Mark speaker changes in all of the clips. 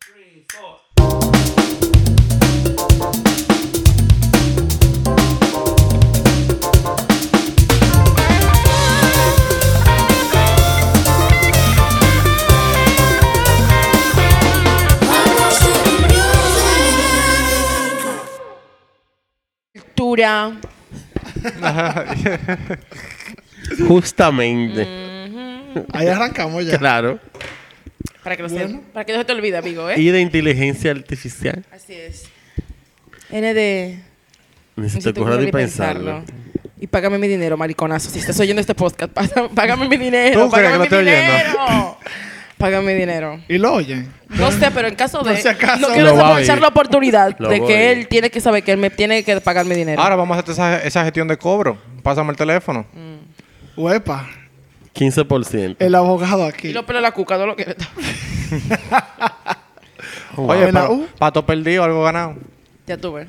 Speaker 1: three, four.
Speaker 2: Cultura.
Speaker 3: Mm.
Speaker 4: Justamente.
Speaker 3: Ahí arrancamos ya.
Speaker 4: Claro.
Speaker 2: Para que, no
Speaker 3: Bueno.
Speaker 2: se, para que no se te olvide, amigo, ¿eh?
Speaker 4: Y de inteligencia artificial.
Speaker 2: Así es. N de...
Speaker 4: Ni se te
Speaker 2: necesito
Speaker 4: ocurra
Speaker 2: cogerlo
Speaker 4: ni
Speaker 2: y
Speaker 4: pensarlo.
Speaker 2: Y págame mi dinero, mariconazo. Si estás oyendo este podcast, pasa- págame mi dinero.
Speaker 4: ¿Tú crees
Speaker 2: Págame
Speaker 4: que
Speaker 2: mi
Speaker 4: lo estoy oyendo?
Speaker 2: dinero. Págame mi dinero.
Speaker 3: Y lo oyen.
Speaker 2: No sé, pero en caso de...
Speaker 3: Por si acaso.
Speaker 2: no
Speaker 4: Lo
Speaker 2: quiero
Speaker 4: voy a
Speaker 2: aprovechar
Speaker 4: oír.
Speaker 2: la oportunidad
Speaker 4: Lo
Speaker 2: de
Speaker 4: voy a
Speaker 2: que
Speaker 4: oír.
Speaker 2: él tiene que saber que él me tiene que pagar mi dinero.
Speaker 5: Ahora vamos a hacer esa, esa gestión de cobro. Pásame el teléfono.
Speaker 3: Mm. Huepa.
Speaker 4: 15%.
Speaker 3: El abogado
Speaker 2: y
Speaker 3: aquí.
Speaker 2: lo pelo la cuca, no lo quiere.
Speaker 5: Oye,
Speaker 3: Buena,
Speaker 5: pero,
Speaker 3: uh.
Speaker 5: pato perdido, algo ganado.
Speaker 2: ya tuve.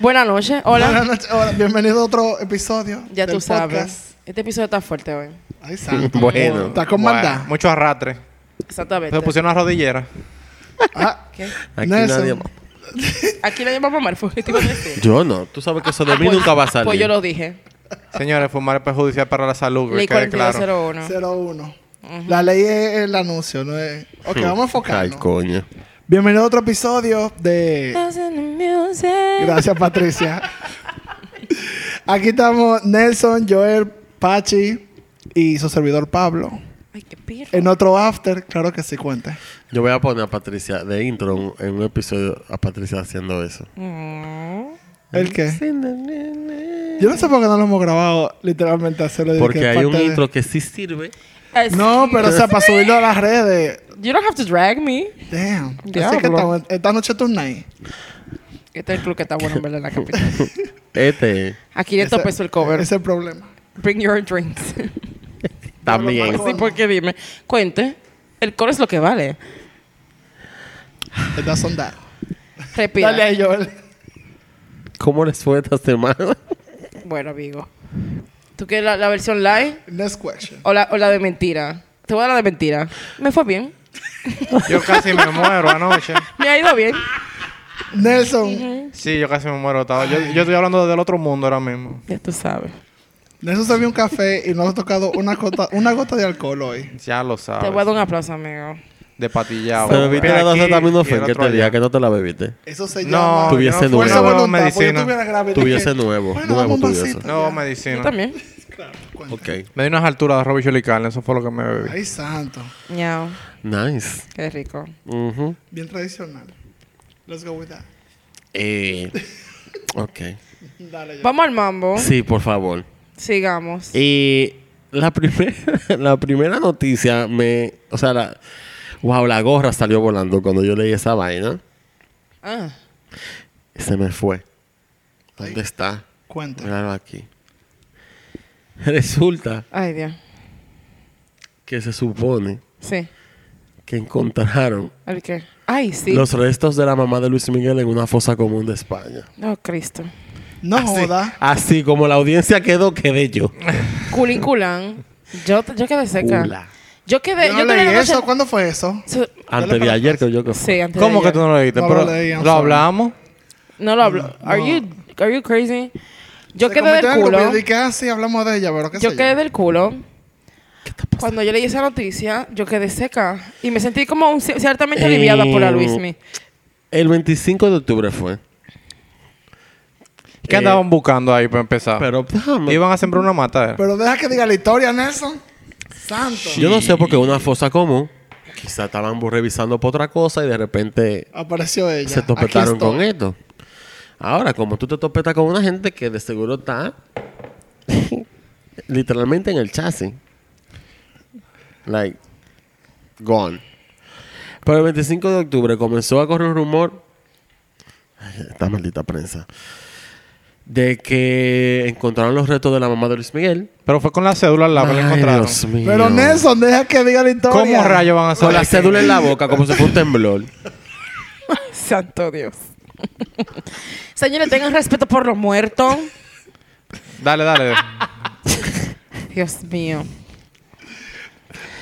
Speaker 2: Buenas noches.
Speaker 3: Buenas
Speaker 2: Hola.
Speaker 3: noches. Hola, bienvenido a otro episodio.
Speaker 2: Ya
Speaker 3: del
Speaker 2: tú
Speaker 3: podcast.
Speaker 2: sabes. Este episodio está fuerte hoy.
Speaker 3: Ay, santo.
Speaker 4: Bueno.
Speaker 3: Está con
Speaker 5: Bueno,
Speaker 3: maldad. Este.
Speaker 5: Mucho arrastre.
Speaker 2: Exactamente.
Speaker 5: Se pusieron las rodilleras.
Speaker 3: Ah,
Speaker 2: ¿Qué?
Speaker 4: Aquí
Speaker 3: Nelson.
Speaker 4: nadie-
Speaker 2: Aquí le llamamos a mamar, fue lo que te iba a decir.
Speaker 4: Yo no. Tú sabes que eso de mí
Speaker 2: Pues-
Speaker 4: nunca va a salir.
Speaker 2: Pues yo lo dije.
Speaker 5: Señores, fumar es perjudicial para la salud.
Speaker 2: Ley
Speaker 5: Que quede claro.
Speaker 2: 4201.
Speaker 3: 01. La ley es el anuncio, ¿no es? Ok,
Speaker 4: Hmm.
Speaker 3: vamos a
Speaker 4: Ay,
Speaker 3: enfocarnos.
Speaker 4: coño.
Speaker 3: Bienvenido a otro episodio de... Gracias, Patricia. Aquí estamos Nelson, Joel, Pachi y su servidor Pablo.
Speaker 2: Ay, qué pirro.
Speaker 3: En otro after, claro que sí, cuente.
Speaker 4: Yo voy a poner a Patricia de intro un- en un episodio a Patricia haciendo eso.
Speaker 2: Mm,
Speaker 3: ¿El qué? ¿Eh? Yo no sé por qué no lo hemos grabado literalmente hacerlo. de que
Speaker 4: Porque hay un
Speaker 3: parte de-
Speaker 4: intro que sí sirve.
Speaker 2: Así-
Speaker 3: No, pero o sea, para subirlo a las redes.
Speaker 2: Ah, You don't have to drag me.
Speaker 3: Damn. Así
Speaker 2: Diablo.
Speaker 3: que estamos, esta noche es tu night.
Speaker 2: Este es el club que está bueno, en verdad, en la capital.
Speaker 4: Este
Speaker 2: A 500 pesos el cover.
Speaker 3: Ese es el problema.
Speaker 2: Bring your drinks.
Speaker 4: también.
Speaker 2: Así porque dime. Cuente. El coro es lo que vale.
Speaker 3: Está sondado.
Speaker 2: Respira.
Speaker 3: Dale a Joel.
Speaker 4: ¿Cómo les fue esta semana?
Speaker 2: Bueno, amigo. ¿Tú quieres la, la versión live
Speaker 3: Next question.
Speaker 2: o la, o la de mentira? Te voy a dar la de mentira. Me fue bien.
Speaker 5: Yo casi me muero anoche.
Speaker 2: Me ha ido bien.
Speaker 3: Nelson.
Speaker 5: Sí, yo casi me muero. estaba- Yo, yo estoy hablando del otro mundo ahora mismo.
Speaker 2: Ya tú sabes.
Speaker 3: Nelson se vio un café y no ha tocado una gota, una gota de alcohol hoy.
Speaker 5: Ya lo sabes.
Speaker 2: Te
Speaker 4: Ah,
Speaker 2: voy a dar un aplauso, amigo.
Speaker 5: De patillado.
Speaker 4: Te bebiste
Speaker 5: Mira
Speaker 4: la dosis
Speaker 5: aquí
Speaker 4: de también no
Speaker 5: y el
Speaker 4: fue que
Speaker 5: otro
Speaker 4: te diga
Speaker 5: allá.
Speaker 4: que no te la bebiste.
Speaker 3: Eso se
Speaker 5: No,
Speaker 3: llama...
Speaker 5: yo
Speaker 4: Tuviese
Speaker 5: no fui,
Speaker 4: nuevo.
Speaker 3: Fuerza
Speaker 5: no bebo
Speaker 3: voluntad, porque yo
Speaker 5: medicina.
Speaker 3: tuviera grave.
Speaker 4: Tuviese nuevo,
Speaker 3: Bueno,
Speaker 4: nuevo
Speaker 3: vamos
Speaker 4: tuviese.
Speaker 3: vasito
Speaker 5: No,
Speaker 3: ya.
Speaker 2: Yo
Speaker 5: medicina.
Speaker 2: también.
Speaker 3: Cuenta.
Speaker 4: Ok.
Speaker 5: Me di unas alturas de Robbie Chuli Carne, eso fue lo que me bebí.
Speaker 3: Ay, santo.
Speaker 2: Ñao.
Speaker 4: Nice.
Speaker 2: Qué rico.
Speaker 4: Ujú.
Speaker 3: Bien tradicional. Let's go with that.
Speaker 4: Eh, ok.
Speaker 3: Dale, Joel.
Speaker 2: Vamos al mambo.
Speaker 4: Sí, por favor.
Speaker 2: Sigamos.
Speaker 4: Eh, la, primera, la primera noticia me... O sea, la, wow, la gorra salió volando cuando yo leí esa vaina.
Speaker 2: Ah.
Speaker 4: Se me fue. ¿Dónde está?
Speaker 3: Cuenta.
Speaker 4: Míralo aquí. Resulta
Speaker 2: Ay, Dios.
Speaker 4: que se supone
Speaker 2: Sí.
Speaker 4: que encontraron
Speaker 2: ¿El qué? Ay, sí.
Speaker 4: los restos de la mamá de Luis Miguel en una fosa común de España.
Speaker 2: Oh, Cristo.
Speaker 4: Ah.
Speaker 3: No
Speaker 4: Así,
Speaker 3: joda.
Speaker 4: así como la audiencia quedó, quedé yo.
Speaker 2: Culín, culán. Yo, yo quedé seca.
Speaker 4: Ula.
Speaker 2: Yo quedé... Yo,
Speaker 3: Yo no
Speaker 2: quedé
Speaker 3: leí
Speaker 2: la noche-
Speaker 3: eso. ¿Cuándo fue eso?
Speaker 2: So-
Speaker 4: Antes de ayer, creo yo que fue.
Speaker 2: Sí, antes
Speaker 5: ¿Cómo
Speaker 2: de
Speaker 5: que tú
Speaker 2: ayer.
Speaker 5: no lo leíste?
Speaker 3: No
Speaker 5: Pero
Speaker 3: lo leí, I'm
Speaker 5: lo
Speaker 3: sorry.
Speaker 5: hablamos.
Speaker 2: No lo hablo. Are, you, are you crazy? Yo
Speaker 3: Se
Speaker 2: quedé
Speaker 3: convirtió en
Speaker 2: del
Speaker 3: algo,
Speaker 2: culo.
Speaker 3: pero Yo dije, ah, sí, hablamos de ella, pero qué
Speaker 2: Yo
Speaker 3: sé
Speaker 2: quedé del culo. Cuando yo leí esa noticia, yo quedé seca. Y me sentí como un- ciertamente
Speaker 4: Eh,
Speaker 2: aliviada por la Luismi.
Speaker 4: El 25 de octubre fue.
Speaker 5: ¿Qué
Speaker 4: Eh,
Speaker 5: andaban buscando ahí para empezar?
Speaker 4: Pero déjame.
Speaker 5: Iban a sembrar una mata. eh.
Speaker 3: Pero deja que diga la historia, Nelson. Santo.
Speaker 4: Yo no sé porque una fosa común. Quizá estaban bu- revisando por otra cosa y de repente
Speaker 3: Apareció ella.
Speaker 4: se
Speaker 3: Aquí
Speaker 4: topetaron
Speaker 3: estoy.
Speaker 4: con esto. Ahora, como tú te topetas con una gente que de seguro está literalmente en el chasis. Like, gone. Pero el 25 de octubre comenzó a correr un rumor, esta maldita prensa, de que encontraron los restos de la mamá de Luis Miguel.
Speaker 5: Pero fue con la cédula al lado que la
Speaker 4: Ay,
Speaker 5: encontraron.
Speaker 4: Dios mío.
Speaker 3: Pero Nelson, deja que diga la historia.
Speaker 5: ¿Cómo rayos van a hacer
Speaker 4: Con la cédula en la boca como si fuera un temblor.
Speaker 2: Santo Dios. Señores, tengan respeto por los muertos.
Speaker 5: Dale, dale.
Speaker 2: Dios mío.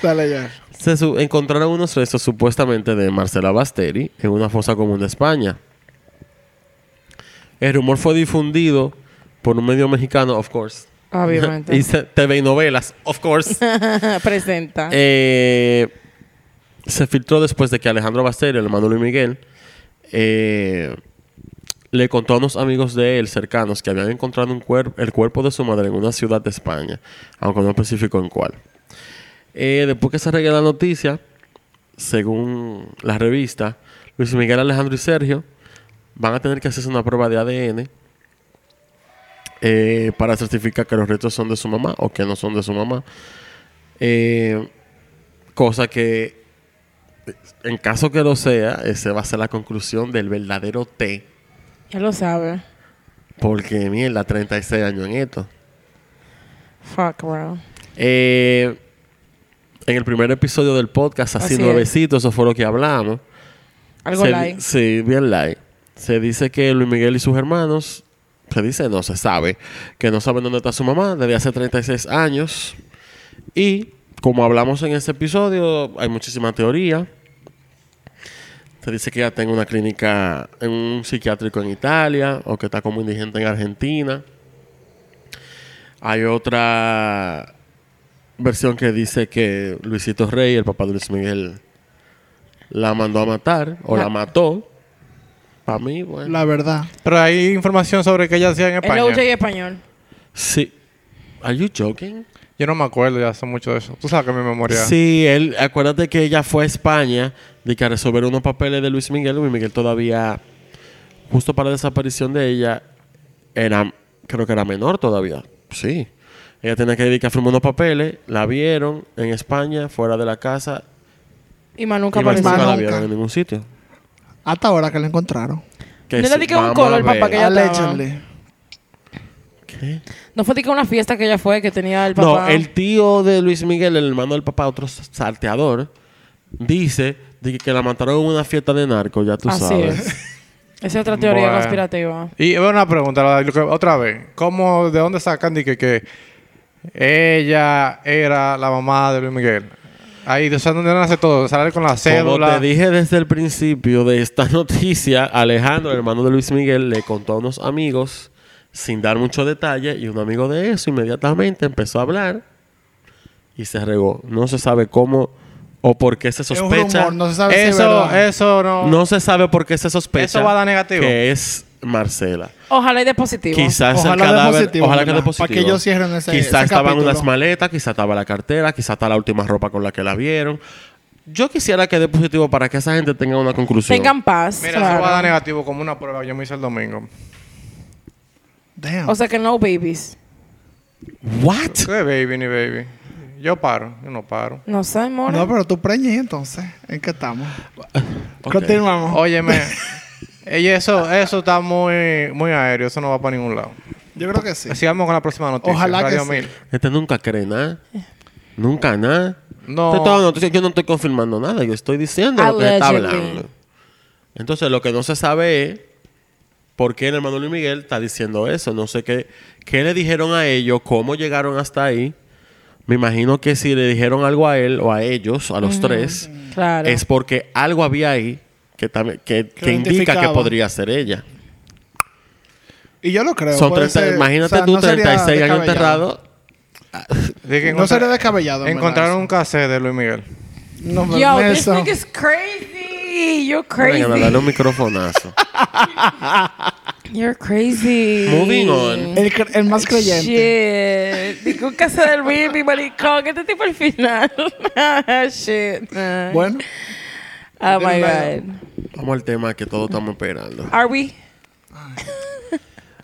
Speaker 3: Dale ya.
Speaker 4: se su- encontraron unos restos supuestamente de Marcela Basteri en una fosa común de España. El rumor fue difundido por un medio mexicano, of course.
Speaker 2: Obviamente.
Speaker 4: y se- TV y novelas, of course.
Speaker 2: Presenta.
Speaker 4: Eh, se filtró después de que Alejandro Basteri, el hermano Luis Miguel, eh, le contó a unos amigos de él cercanos que habían encontrado un cuer- el cuerpo de su madre en una ciudad de España, aunque no especificó en cuál. Eh, después que se arregló la noticia, según la revista, Luis Miguel, Alejandro y Sergio van a tener que hacerse una prueba de ADN eh, para certificar que los restos son de su mamá o que no son de su mamá. Eh, cosa que, en caso que lo sea, esa va a ser la conclusión del verdadero T.
Speaker 2: ya lo sabe.
Speaker 4: Porque, mierda, 36 años en esto.
Speaker 2: Fuck, bro.
Speaker 4: Eh, en el primer episodio del podcast, así,
Speaker 2: Así es.
Speaker 4: nuevecito, eso fue lo que hablamos.
Speaker 2: Algo
Speaker 4: Se di-
Speaker 2: like.
Speaker 4: Sí, bien like. Se dice que Luis Miguel y sus hermanos, se dice, no se sabe, que no saben dónde está su mamá desde hace 36 años. Y como hablamos en ese episodio, hay muchísima teoría. Se dice que ya tengo una clínica en un psiquiátrico en Italia o que está como indigente en Argentina. Hay otra versión que dice que Luisito Rey, el papá de Luis Miguel, la mandó a matar o la,
Speaker 2: La-
Speaker 4: mató. Para mí, bueno.
Speaker 3: La verdad.
Speaker 5: Pero hay información sobre que ella hacía en
Speaker 2: Él lo usa
Speaker 5: España.
Speaker 2: y español.
Speaker 4: Sí. ¿Are you joking?
Speaker 5: Yo no me acuerdo ya hace mucho de eso. Tú sabes que mi memoria.
Speaker 4: Sí, él, acuérdate que ella fue a España de que a resolver unos papeles de Luis Miguel. Luis Miguel todavía, justo para la desaparición de ella, era, creo que era menor todavía. Sí. Ella tenía que dedicar a firmar unos papeles, la vieron en España, fuera de la casa,
Speaker 2: Y más nunca
Speaker 4: y más
Speaker 2: apareció.
Speaker 4: nunca la
Speaker 3: Nunca.
Speaker 4: vieron en ningún sitio.
Speaker 3: Hasta ahora que la encontraron.
Speaker 2: No
Speaker 4: Que
Speaker 2: le
Speaker 4: sí,
Speaker 2: di que un
Speaker 4: vamos
Speaker 2: coro
Speaker 4: a
Speaker 2: al
Speaker 4: ver.
Speaker 2: papá que- Ella estaba-
Speaker 3: Allegedly.
Speaker 4: ¿Qué?
Speaker 2: No fue de que una fiesta que ella fue, que tenía el
Speaker 4: No,
Speaker 2: papá.
Speaker 4: el tío de Luis Miguel, el hermano del papá, otro salteador, dice de que, que la mataron en una fiesta de narco, ya tú
Speaker 2: Así
Speaker 4: sabes.
Speaker 2: es. Esa es otra teoría
Speaker 5: Bueno.
Speaker 2: conspirativa.
Speaker 5: Y bueno, una pregunta, la- lo que- otra vez. ¿Cómo, de dónde sacan de que, que ella era la mamá de Luis Miguel? Ahí, o sea, ¿dónde nace todo? Sale con la
Speaker 4: Como
Speaker 5: cédula.
Speaker 4: te dije desde el principio de esta noticia, Alejandro, el hermano de Luis Miguel, le contó a unos amigos sin dar mucho detalle y un amigo de eso inmediatamente empezó a hablar y se regó. No se sabe cómo o por qué se
Speaker 3: un
Speaker 4: sospecha.
Speaker 3: rumor, no se sabe si es
Speaker 5: Eso,
Speaker 3: verdad.
Speaker 5: eso no.
Speaker 4: No se sabe por qué se sospecha.
Speaker 5: Eso va a dar negativo.
Speaker 4: Que es Marcela.
Speaker 2: Ojalá y de positivo.
Speaker 4: Quizás
Speaker 3: Ojalá
Speaker 4: el
Speaker 3: dé
Speaker 4: cadáver.
Speaker 3: positivo,
Speaker 4: ojalá que
Speaker 3: ¿verdad?
Speaker 4: dé positivo.
Speaker 3: Para que ellos cierren ese-
Speaker 4: Quizás
Speaker 3: ese
Speaker 4: estaban
Speaker 3: capítulo.
Speaker 4: unas maletas, quizás estaba la cartera, quizás está la última ropa con la que la vieron. Yo quisiera que dé positivo para que esa gente tenga una conclusión.
Speaker 2: Tengan paz.
Speaker 5: Mira,
Speaker 2: claro.
Speaker 5: eso va a dar negativo como una prueba. Yo me hice el domingo.
Speaker 3: Damn.
Speaker 2: O sea que no babies.
Speaker 4: What?
Speaker 5: ¿Qué baby ni baby? Yo paro, yo no paro.
Speaker 2: No sé, more.
Speaker 3: no, pero tú preñes entonces. ¿En qué estamos?
Speaker 4: Ok.
Speaker 3: Continuamos.
Speaker 5: Óyeme, ella, eso, eso está muy, muy aéreo, eso no va para ningún lado.
Speaker 3: Yo creo que sí.
Speaker 5: Sigamos con la próxima noticia.
Speaker 3: Ojalá que
Speaker 5: Radio
Speaker 3: sí.
Speaker 5: Mil.
Speaker 4: Este nunca cree nada. Nunca nada.
Speaker 5: No.
Speaker 4: Este todo noticia, yo no estoy confirmando nada. Yo estoy diciendo lo que está
Speaker 2: Allegedly.
Speaker 4: hablando. Entonces, lo que no se sabe es por qué el hermano Luis Miguel está diciendo eso. No sé qué, qué le dijeron a ellos, cómo llegaron hasta ahí. Me imagino que si le dijeron algo a él o a ellos, a los tres,
Speaker 2: Claro.
Speaker 4: es porque algo había ahí que, también- que, que
Speaker 3: lo
Speaker 4: indica que
Speaker 3: identificaba.
Speaker 4: podría ser ella.
Speaker 3: Y yo lo creo.
Speaker 4: Son
Speaker 3: puede
Speaker 4: 30
Speaker 3: ser-
Speaker 4: imagínate
Speaker 3: o sea,
Speaker 4: tú,
Speaker 3: no sería
Speaker 4: 36 años
Speaker 3: descabellado.
Speaker 4: enterrado.
Speaker 5: De que
Speaker 3: No
Speaker 5: encontra-
Speaker 3: sería descabellado. en verdad,
Speaker 5: Encontraron un cassette de Luis Miguel.
Speaker 3: eso. No, me
Speaker 2: Yo, this
Speaker 3: eso.
Speaker 2: nigga's crazy. You're
Speaker 4: Venga,
Speaker 2: crazy.
Speaker 4: dale un microfonazo.
Speaker 2: You're crazy.
Speaker 4: Moving on.
Speaker 3: El, cre- el más creyente.
Speaker 2: Shit. Dijo casa del Luis, mi maricón. Este tipo al final. Shit.
Speaker 3: Bueno,
Speaker 2: Oh my
Speaker 3: Dale.
Speaker 2: God.
Speaker 4: Vamos al tema que todos estamos esperando.
Speaker 2: Are we?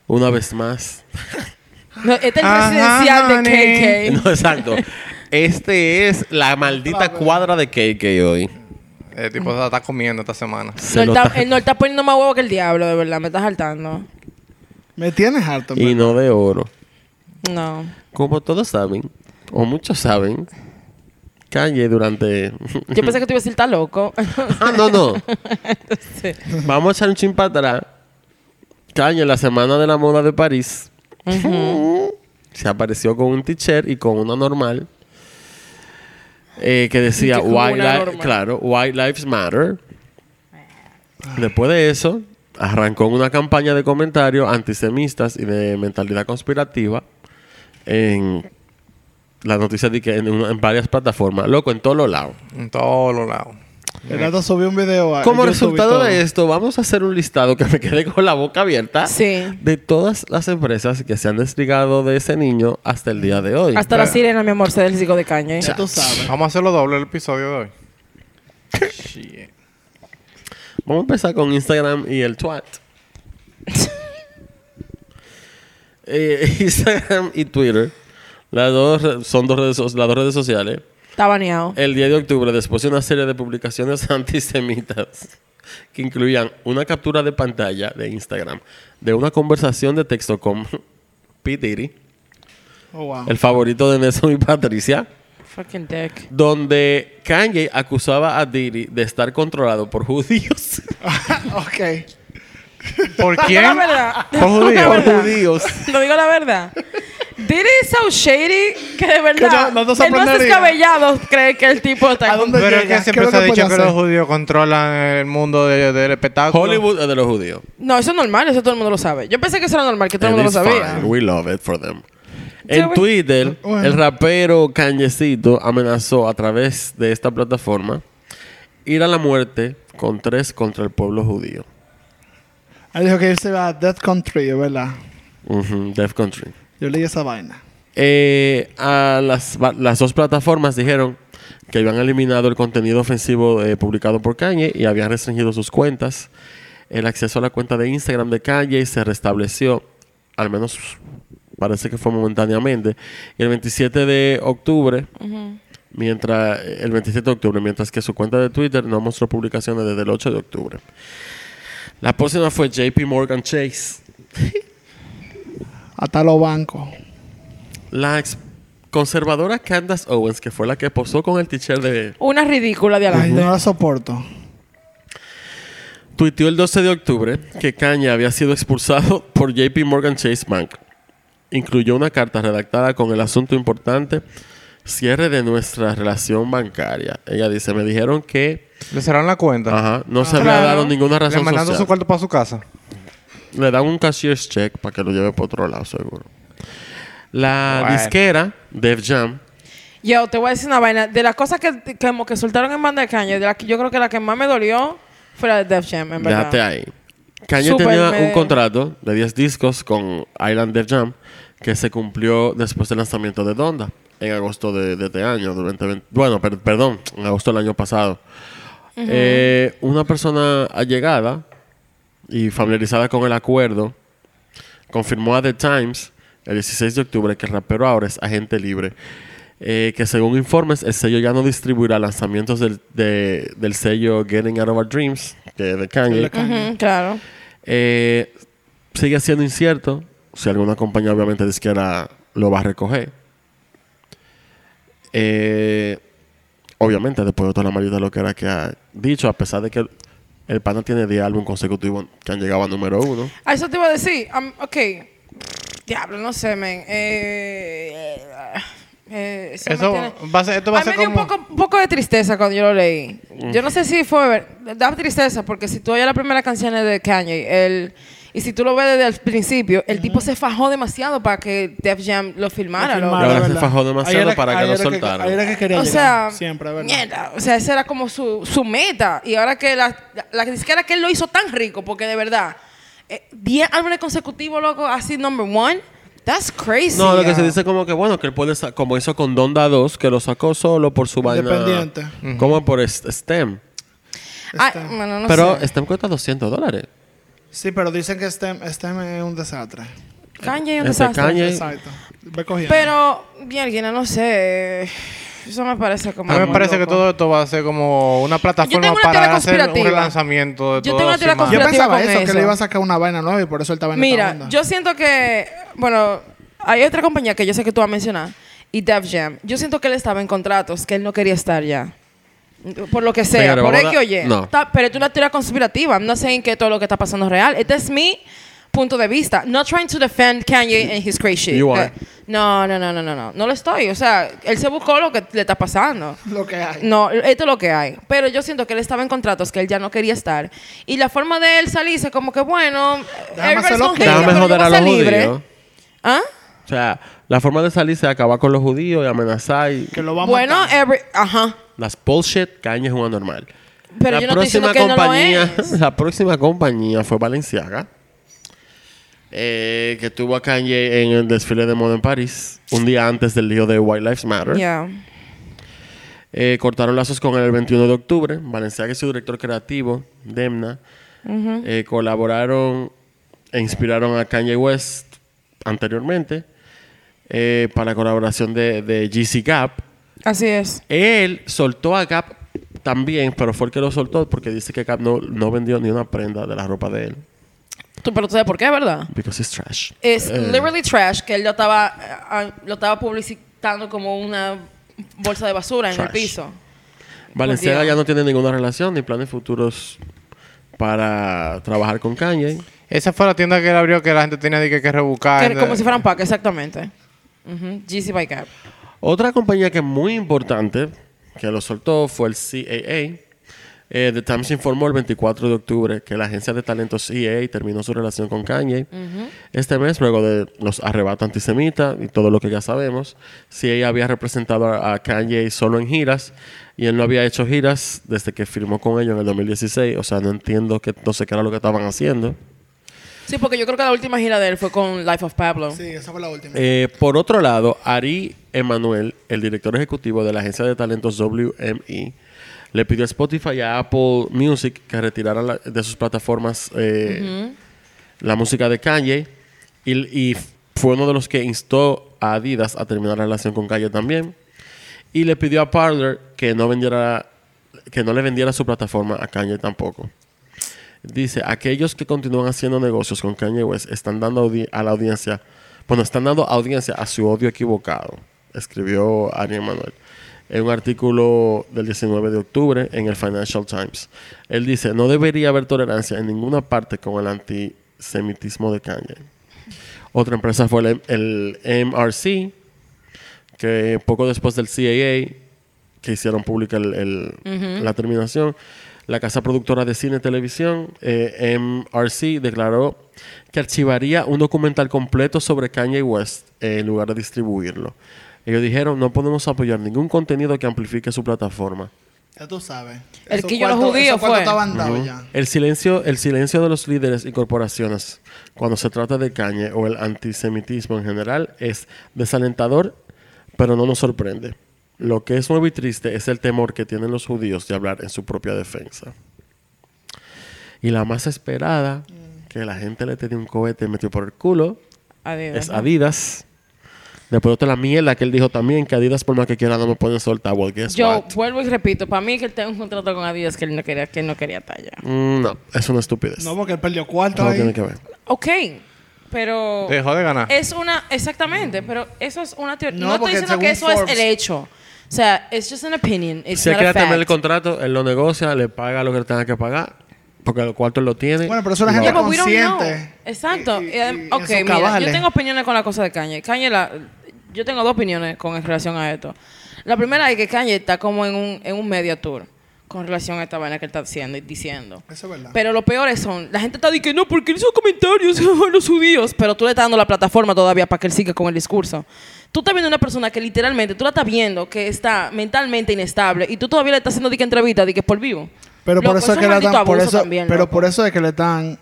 Speaker 4: Una vez más.
Speaker 2: No, este es el
Speaker 5: Ajá,
Speaker 2: presidencial de KK.
Speaker 4: No, exacto. Este es la maldita cuadra de KK hoy.
Speaker 5: El tipo se la está comiendo esta semana.
Speaker 4: Se
Speaker 2: no,
Speaker 4: lo
Speaker 2: está,
Speaker 4: ta-
Speaker 2: él no está poniendo más huevo que el diablo, de verdad. Me estás saltando.
Speaker 3: me tienes harto.
Speaker 4: Y
Speaker 3: man.
Speaker 4: no de oro.
Speaker 2: No.
Speaker 4: Como todos saben, o muchos saben, Kanye durante...
Speaker 2: Yo pensé que tú ibas a decir, está loco.
Speaker 4: ah, no, no.
Speaker 2: Sí.
Speaker 4: Vamos a echar un chin para atrás. Kanye, en la semana de la moda de París, se apareció con un t-shirt y con una normal. eh, que decía
Speaker 2: Que como
Speaker 4: White,
Speaker 2: una
Speaker 4: Li-
Speaker 2: norma.
Speaker 4: claro, White Lives Matter. Después de eso, arrancó una campaña de comentarios antisemistas y de mentalidad conspirativa en las noticias de que en, una- en varias plataformas, loco, en todos los lados.
Speaker 5: En todos los lados.
Speaker 3: El dato subió un video. a
Speaker 4: Como
Speaker 3: YouTube y
Speaker 4: resultado
Speaker 3: Ah, todo.
Speaker 4: de esto, vamos a hacer un listado que me quede con la boca abierta
Speaker 2: Sí.
Speaker 4: de todas las empresas que se han desligado de ese niño hasta el día de hoy.
Speaker 2: Hasta la sirena, mi amor, se del cico de caña. ¿eh?
Speaker 3: Ya tú sabes.
Speaker 5: Vamos a hacerlo doble el episodio de hoy.
Speaker 4: Vamos a empezar con Instagram y el twat. Eh, Instagram y Twitter. Las dos re- son dos redes, so- las dos redes sociales.
Speaker 2: Está baneado.
Speaker 4: El 10 de octubre, después de una serie de publicaciones antisemitas que incluían una captura de pantalla de Instagram de una conversación de texto con P. Diddy,
Speaker 3: Oh, wow.
Speaker 4: el favorito de Nelson y Patricia,
Speaker 2: Fucking dick.
Speaker 4: donde Kanye acusaba a Diddy de estar controlado por judíos.
Speaker 3: ok.
Speaker 2: Digo
Speaker 5: ¿Por
Speaker 2: la
Speaker 5: quién?
Speaker 2: verdad.
Speaker 5: Por judío.
Speaker 2: Por
Speaker 4: por
Speaker 2: verdad.
Speaker 4: judíos.
Speaker 2: Lo digo la verdad. Diddy is so shady que de
Speaker 3: yo
Speaker 2: verdad.
Speaker 3: no te
Speaker 2: el más
Speaker 3: sorprendería.
Speaker 2: descabellado cree que el tipo está.
Speaker 3: ¿A dónde
Speaker 5: Pero es
Speaker 3: llega?
Speaker 5: que siempre
Speaker 3: ¿Qué es
Speaker 5: se ha
Speaker 3: lo que
Speaker 5: dicho
Speaker 3: puede
Speaker 5: que los
Speaker 3: hacer?
Speaker 5: judíos controlan el mundo de- del espectáculo.
Speaker 4: Hollywood es de los judíos.
Speaker 2: No, eso es normal, eso todo el mundo lo sabe. Yo pensé que eso era normal, que todo el
Speaker 4: And
Speaker 2: mundo lo
Speaker 4: it's
Speaker 2: sabía.
Speaker 4: fine. We love it for them.
Speaker 2: Yeah,
Speaker 4: En
Speaker 2: we-
Speaker 4: Twitter,
Speaker 3: Bueno.
Speaker 4: el rapero Kanyecito amenazó a través de esta plataforma ir a la muerte con tres contra el pueblo judío.
Speaker 3: Él dijo que él se iba a Death Country, ¿verdad?
Speaker 4: Ujú, Death Country.
Speaker 3: Yo leí esa vaina.
Speaker 4: Eh, a las, va- las dos plataformas dijeron que habían eliminado el contenido ofensivo eh, publicado por Kanye y habían restringido sus cuentas. El acceso a la cuenta de Instagram de Kanye se restableció, al menos parece que fue momentáneamente, y el 27 de octubre, mientras el 27 de octubre, mientras que su cuenta de Twitter no mostró publicaciones desde el 8 de octubre. La próxima fue JP Morgan Chase.
Speaker 3: Hasta los bancos.
Speaker 4: La ex conservadora Candace Owens, que fue la que posó con el teacher de...
Speaker 2: Una ridícula de
Speaker 3: Yo
Speaker 2: adelante.
Speaker 3: no la soporto.
Speaker 4: Tuiteó el 12 de octubre que Kanye había sido expulsado por JP Morgan Chase Bank. Incluyó una carta redactada con el asunto importante cierre de nuestra relación bancaria. Ella dice, me dijeron que
Speaker 5: Le cerraron la cuenta.
Speaker 4: ajá, no se había
Speaker 2: Claro.
Speaker 4: dado ninguna
Speaker 5: Le
Speaker 4: razón
Speaker 5: mandaron su
Speaker 4: social.
Speaker 5: cuarto para su casa.
Speaker 4: Le dan un cashier's check para que lo lleve por otro lado, seguro. La
Speaker 5: Bueno.
Speaker 4: disquera, Def Jam,
Speaker 2: Yo te voy a decir una vaina. De las cosas que, que como que soltaron en banda de caña, de la que yo creo que la que más me dolió fue la de Def Jam, en verdad.
Speaker 4: Déjate ahí. Kanye
Speaker 2: Súper
Speaker 4: tenía
Speaker 2: me-
Speaker 4: un contrato de 10 discos con Island Def Jam que se cumplió después del lanzamiento de Donda en agosto de, de este año. durante 20 bueno, per- perdón, en agosto del año pasado. Eh, una persona allegada y familiarizada con el acuerdo confirmó a The Times el 16 de octubre que el rapero ahora es agente libre. Eh, que según informes, el sello ya no distribuirá lanzamientos del, de- del sello Getting Out of Our Dreams, que es de Kanye.
Speaker 3: El de Kanye.
Speaker 2: Ujú, claro.
Speaker 4: Eh, sigue siendo incierto si alguna compañía obviamente disquera lo va a recoger. Eh, obviamente, después de toda la mayoría de lo que era que ha dicho, a pesar de que el, el pana tiene 10 álbumes consecutivos que han llegado a número uno.
Speaker 2: Ah, eso te iba a decir. Am- ok. Diablo, no sé, men. Eh, eh, eh, eso me
Speaker 5: Eso
Speaker 2: tiene-
Speaker 5: va a ser- esto va a
Speaker 2: mí
Speaker 5: ser
Speaker 2: me dio
Speaker 5: como-
Speaker 2: un poco, un poco de tristeza cuando yo lo leí. Yo no sé si fue... ver- Da tristeza porque si tú oyes la primera canción de Kanye, el... Y si tú lo ves desde el principio, el tipo se fajó demasiado para que Def Jam lo filmara.
Speaker 3: Lo
Speaker 2: loco.
Speaker 3: filmara,
Speaker 4: Y ahora se
Speaker 3: ¿verdad?
Speaker 4: fajó demasiado
Speaker 3: Ahí era-
Speaker 4: para que
Speaker 3: ahí
Speaker 4: lo
Speaker 3: era
Speaker 4: soltaran.
Speaker 3: ahí era que quería
Speaker 2: Ah, O sea,
Speaker 3: llegar. Siempre, ¿verdad?
Speaker 2: mierda. O sea, esa era como su, su meta. Y ahora que la, la, la disquera que él lo hizo tan rico, porque de verdad, eh, 10 álbumes consecutivos, loco, así number one, that's crazy.
Speaker 4: No, lo que
Speaker 2: ya.
Speaker 4: se dice como que bueno, que él puede, sa- como hizo con Donda 2, que lo sacó solo por su vaina.
Speaker 3: Independiente.
Speaker 4: Como por est- STEM.
Speaker 2: Ay,
Speaker 3: Está.
Speaker 2: bueno, no
Speaker 4: Pero
Speaker 2: sé.
Speaker 4: STEM cuesta 200 dólares.
Speaker 3: Sí, pero dicen que STEM, STEM es un desastre.
Speaker 2: Kanye es un
Speaker 4: Este
Speaker 2: desastre.
Speaker 4: Kanye-
Speaker 3: Exacto. Ve cogiendo.
Speaker 2: Pero, mierda, no sé. Eso me parece como.
Speaker 5: A mí me
Speaker 2: muy
Speaker 5: parece que
Speaker 2: loco.
Speaker 5: todo esto va a ser como una
Speaker 2: Yo tengo
Speaker 5: plataforma
Speaker 2: una
Speaker 5: para
Speaker 2: teoría
Speaker 5: hacer un
Speaker 2: conspirativa.
Speaker 5: relanzamiento de
Speaker 2: Yo
Speaker 5: todo
Speaker 2: tengo una teoría
Speaker 3: Yo
Speaker 2: Relativa
Speaker 3: pensaba
Speaker 2: con
Speaker 3: eso,
Speaker 2: eso.
Speaker 3: que le iba a sacar una vaina nueva y por eso él estaba en esta
Speaker 2: Mira,
Speaker 3: onda.
Speaker 2: yo siento que, bueno, hay otra compañía que yo sé que tú vas a mencionar, y Def Jam. Yo siento que él estaba en contratos, que él no quería estar ya. Por lo que sea,
Speaker 4: Señora,
Speaker 2: por
Speaker 4: vamos a-
Speaker 2: X o Y.
Speaker 4: no.
Speaker 2: Está- pero es una teoría conspirativa. No sé en qué todo lo que está pasando es real. Este es mi punto de vista. Not trying to defend Kanye and his crazy shit. Eh,
Speaker 4: You are.
Speaker 2: No, no, no, no, no, no. No lo estoy. O sea, él se buscó lo que le está pasando.
Speaker 3: Lo que hay.
Speaker 2: No, esto es lo que hay. Pero yo siento que él estaba en contratos que él ya no quería estar. Y la forma de él salirse, como que bueno,
Speaker 3: Déjame
Speaker 2: everybody's
Speaker 3: hacer lo
Speaker 2: gonna
Speaker 3: que-
Speaker 2: hate
Speaker 4: Déjame
Speaker 2: me, pero
Speaker 4: joder
Speaker 2: yo
Speaker 4: a
Speaker 2: voy
Speaker 4: los
Speaker 2: ser libre.
Speaker 4: judíos.
Speaker 2: ¿Ah?
Speaker 4: O sea, la forma de salir se acaba con los judíos y amenazar y
Speaker 3: Que lo vamos
Speaker 2: Bueno,
Speaker 3: a matar.
Speaker 2: every- ajá.
Speaker 4: las bullshit cañas es jugando normal.
Speaker 2: Pero
Speaker 4: la
Speaker 2: yo no estoy
Speaker 4: próxima
Speaker 2: diciendo que él no lo
Speaker 4: compañía,
Speaker 2: es.
Speaker 4: la próxima compañía fue Balenciaga. eh, que tuvo a Kanye en el desfile de moda en París, un día antes del lío de White Lives Matter.
Speaker 2: Yeah.
Speaker 4: Eh, cortaron lazos con él el 21 de octubre. Valenciaga y su director creativo, Demna, eh, colaboraron e inspiraron a Kanye West anteriormente eh, para la colaboración de, de GC Gap.
Speaker 2: Así es.
Speaker 4: Él soltó a Gap también, pero fue el que lo soltó porque dice que Gap no, no vendió ni una prenda de la ropa de él.
Speaker 2: Tú, pero tú sabes por qué, ¿verdad?
Speaker 4: Because it's trash.
Speaker 2: Es
Speaker 4: Eh,
Speaker 2: literally trash que él lo estaba, eh, ah, lo estaba publicitando como una bolsa de basura en el
Speaker 4: Trash.
Speaker 2: piso.
Speaker 4: Valenciaga
Speaker 2: Dios.
Speaker 4: ya no tiene ninguna relación ni planes futuros para trabajar con Kanye.
Speaker 5: Esa fue la tienda que él abrió que la gente tenía de que, que
Speaker 3: Ah,
Speaker 5: rebuscar.
Speaker 2: Que- como si fueran pack, exactamente. Ujú. GC by Gap.
Speaker 4: Otra compañía que es muy importante que lo soltó fue el CAA. Eh, The Times informó el 24 de octubre que la agencia de talentos EA terminó su relación con Kanye. Este mes, luego de los arrebatos antisemitas y todo lo que ya sabemos, CAA había representado a, a Kanye solo en giras y él no había hecho giras desde que firmó con ellos en el 2016. O sea, no entiendo que, no sé qué era lo que estaban haciendo.
Speaker 2: Sí, porque yo creo que la última gira de él fue con Life of Pablo.
Speaker 3: Sí, esa fue la última.
Speaker 4: Eh, por otro lado, Ari Emanuel, el director ejecutivo de la agencia de talentos WME, le pidió a Spotify y a Apple Music que retiraran la- de sus plataformas eh, la música de Kanye y, y fue uno de los que instó a Adidas a terminar la relación con Kanye también y le pidió a Parler que no vendiera que no le vendiera su plataforma a Kanye tampoco. Dice, aquellos que continúan haciendo negocios con Kanye West están dando audi- a la audiencia, bueno, están dando audiencia a su odio equivocado, escribió Ariel Manuel en un artículo del 19 de octubre en el Financial Times. Él dice, no debería haber tolerancia en ninguna parte con el antisemitismo de Kanye. Otra empresa fue el, el MRC, que poco después del CAA, que hicieron pública el- el- la terminación, la casa productora de cine y televisión, eh, MRC, declaró que archivaría un documental completo sobre Kanye West eh, en lugar de distribuirlo. Ellos dijeron, no podemos apoyar ningún contenido que amplifique su plataforma.
Speaker 3: Ya tú sabes.
Speaker 2: El
Speaker 3: Esos
Speaker 2: quillo de los
Speaker 3: cuartos-
Speaker 2: judíos
Speaker 3: esos cuartos
Speaker 2: fue.
Speaker 3: estaban dados ya.
Speaker 4: El silencio, el silencio de los líderes y corporaciones cuando se trata de Kanye o el antisemitismo en general es desalentador, pero no nos sorprende. Lo que es nuevo y triste es el temor que tienen los judíos de hablar en su propia defensa. Y la más esperada,
Speaker 3: Mm.
Speaker 4: que la gente le tenía un cohete metido por el culo,
Speaker 2: Adiós.
Speaker 4: es Adidas. Después de toda la mierda que él dijo también, que Adidas por más que quiera no me pueden soltar. Well, guess
Speaker 2: Yo
Speaker 4: what?
Speaker 2: vuelvo y repito, para mí que él tenga un contrato con Adidas que él no quería, que él no quería talla.
Speaker 4: Mm, no, es una estupidez.
Speaker 3: No, porque él perdió cuarto
Speaker 4: no
Speaker 3: ahí.
Speaker 4: tiene que ver.
Speaker 2: Ok, pero
Speaker 5: Dejó de ganar.
Speaker 2: es una, exactamente, pero eso es una teoría.
Speaker 3: No,
Speaker 2: No, estoy
Speaker 3: porque
Speaker 2: diciendo que eso
Speaker 3: según
Speaker 2: es
Speaker 3: Forbes-
Speaker 2: el hecho. O sea, it's just an opinion. It's
Speaker 4: Si él
Speaker 2: not a
Speaker 4: quiere tener el
Speaker 2: fact.
Speaker 4: contrato, él lo negocia, le paga lo que le tenga que pagar, porque los cuartos lo tiene.
Speaker 3: Bueno, pero eso la
Speaker 4: Y
Speaker 3: gente
Speaker 4: va.
Speaker 2: Pero we don't know.
Speaker 3: consciente.
Speaker 2: Exacto.
Speaker 3: Y- y-
Speaker 2: Y adem-
Speaker 3: y
Speaker 2: ok,
Speaker 3: esos
Speaker 2: mira, yo
Speaker 3: cabales.
Speaker 2: tengo opiniones con la cosa de Kanye. Kanye, la- yo tengo dos opiniones con relación a esto. La primera es que Kanye está como en un, en un media tour con relación a esta vaina que él está haciendo y diciendo.
Speaker 3: Eso es verdad.
Speaker 2: Pero lo peor son, la gente está diciendo, no, porque él hizo comentarios a los judíos. Pero tú le estás dando la plataforma todavía para que él siga con el discurso. Tú estás viendo una persona que literalmente, tú la estás viendo que está mentalmente inestable y tú todavía le estás haciendo dique entrevista, dique por vivo.
Speaker 3: Pero por
Speaker 2: Loco,
Speaker 3: eso es que
Speaker 2: un
Speaker 3: le
Speaker 2: maldito
Speaker 3: están, por
Speaker 2: abuso
Speaker 3: eso,
Speaker 2: también,
Speaker 3: pero
Speaker 2: loco.
Speaker 3: por eso es que le están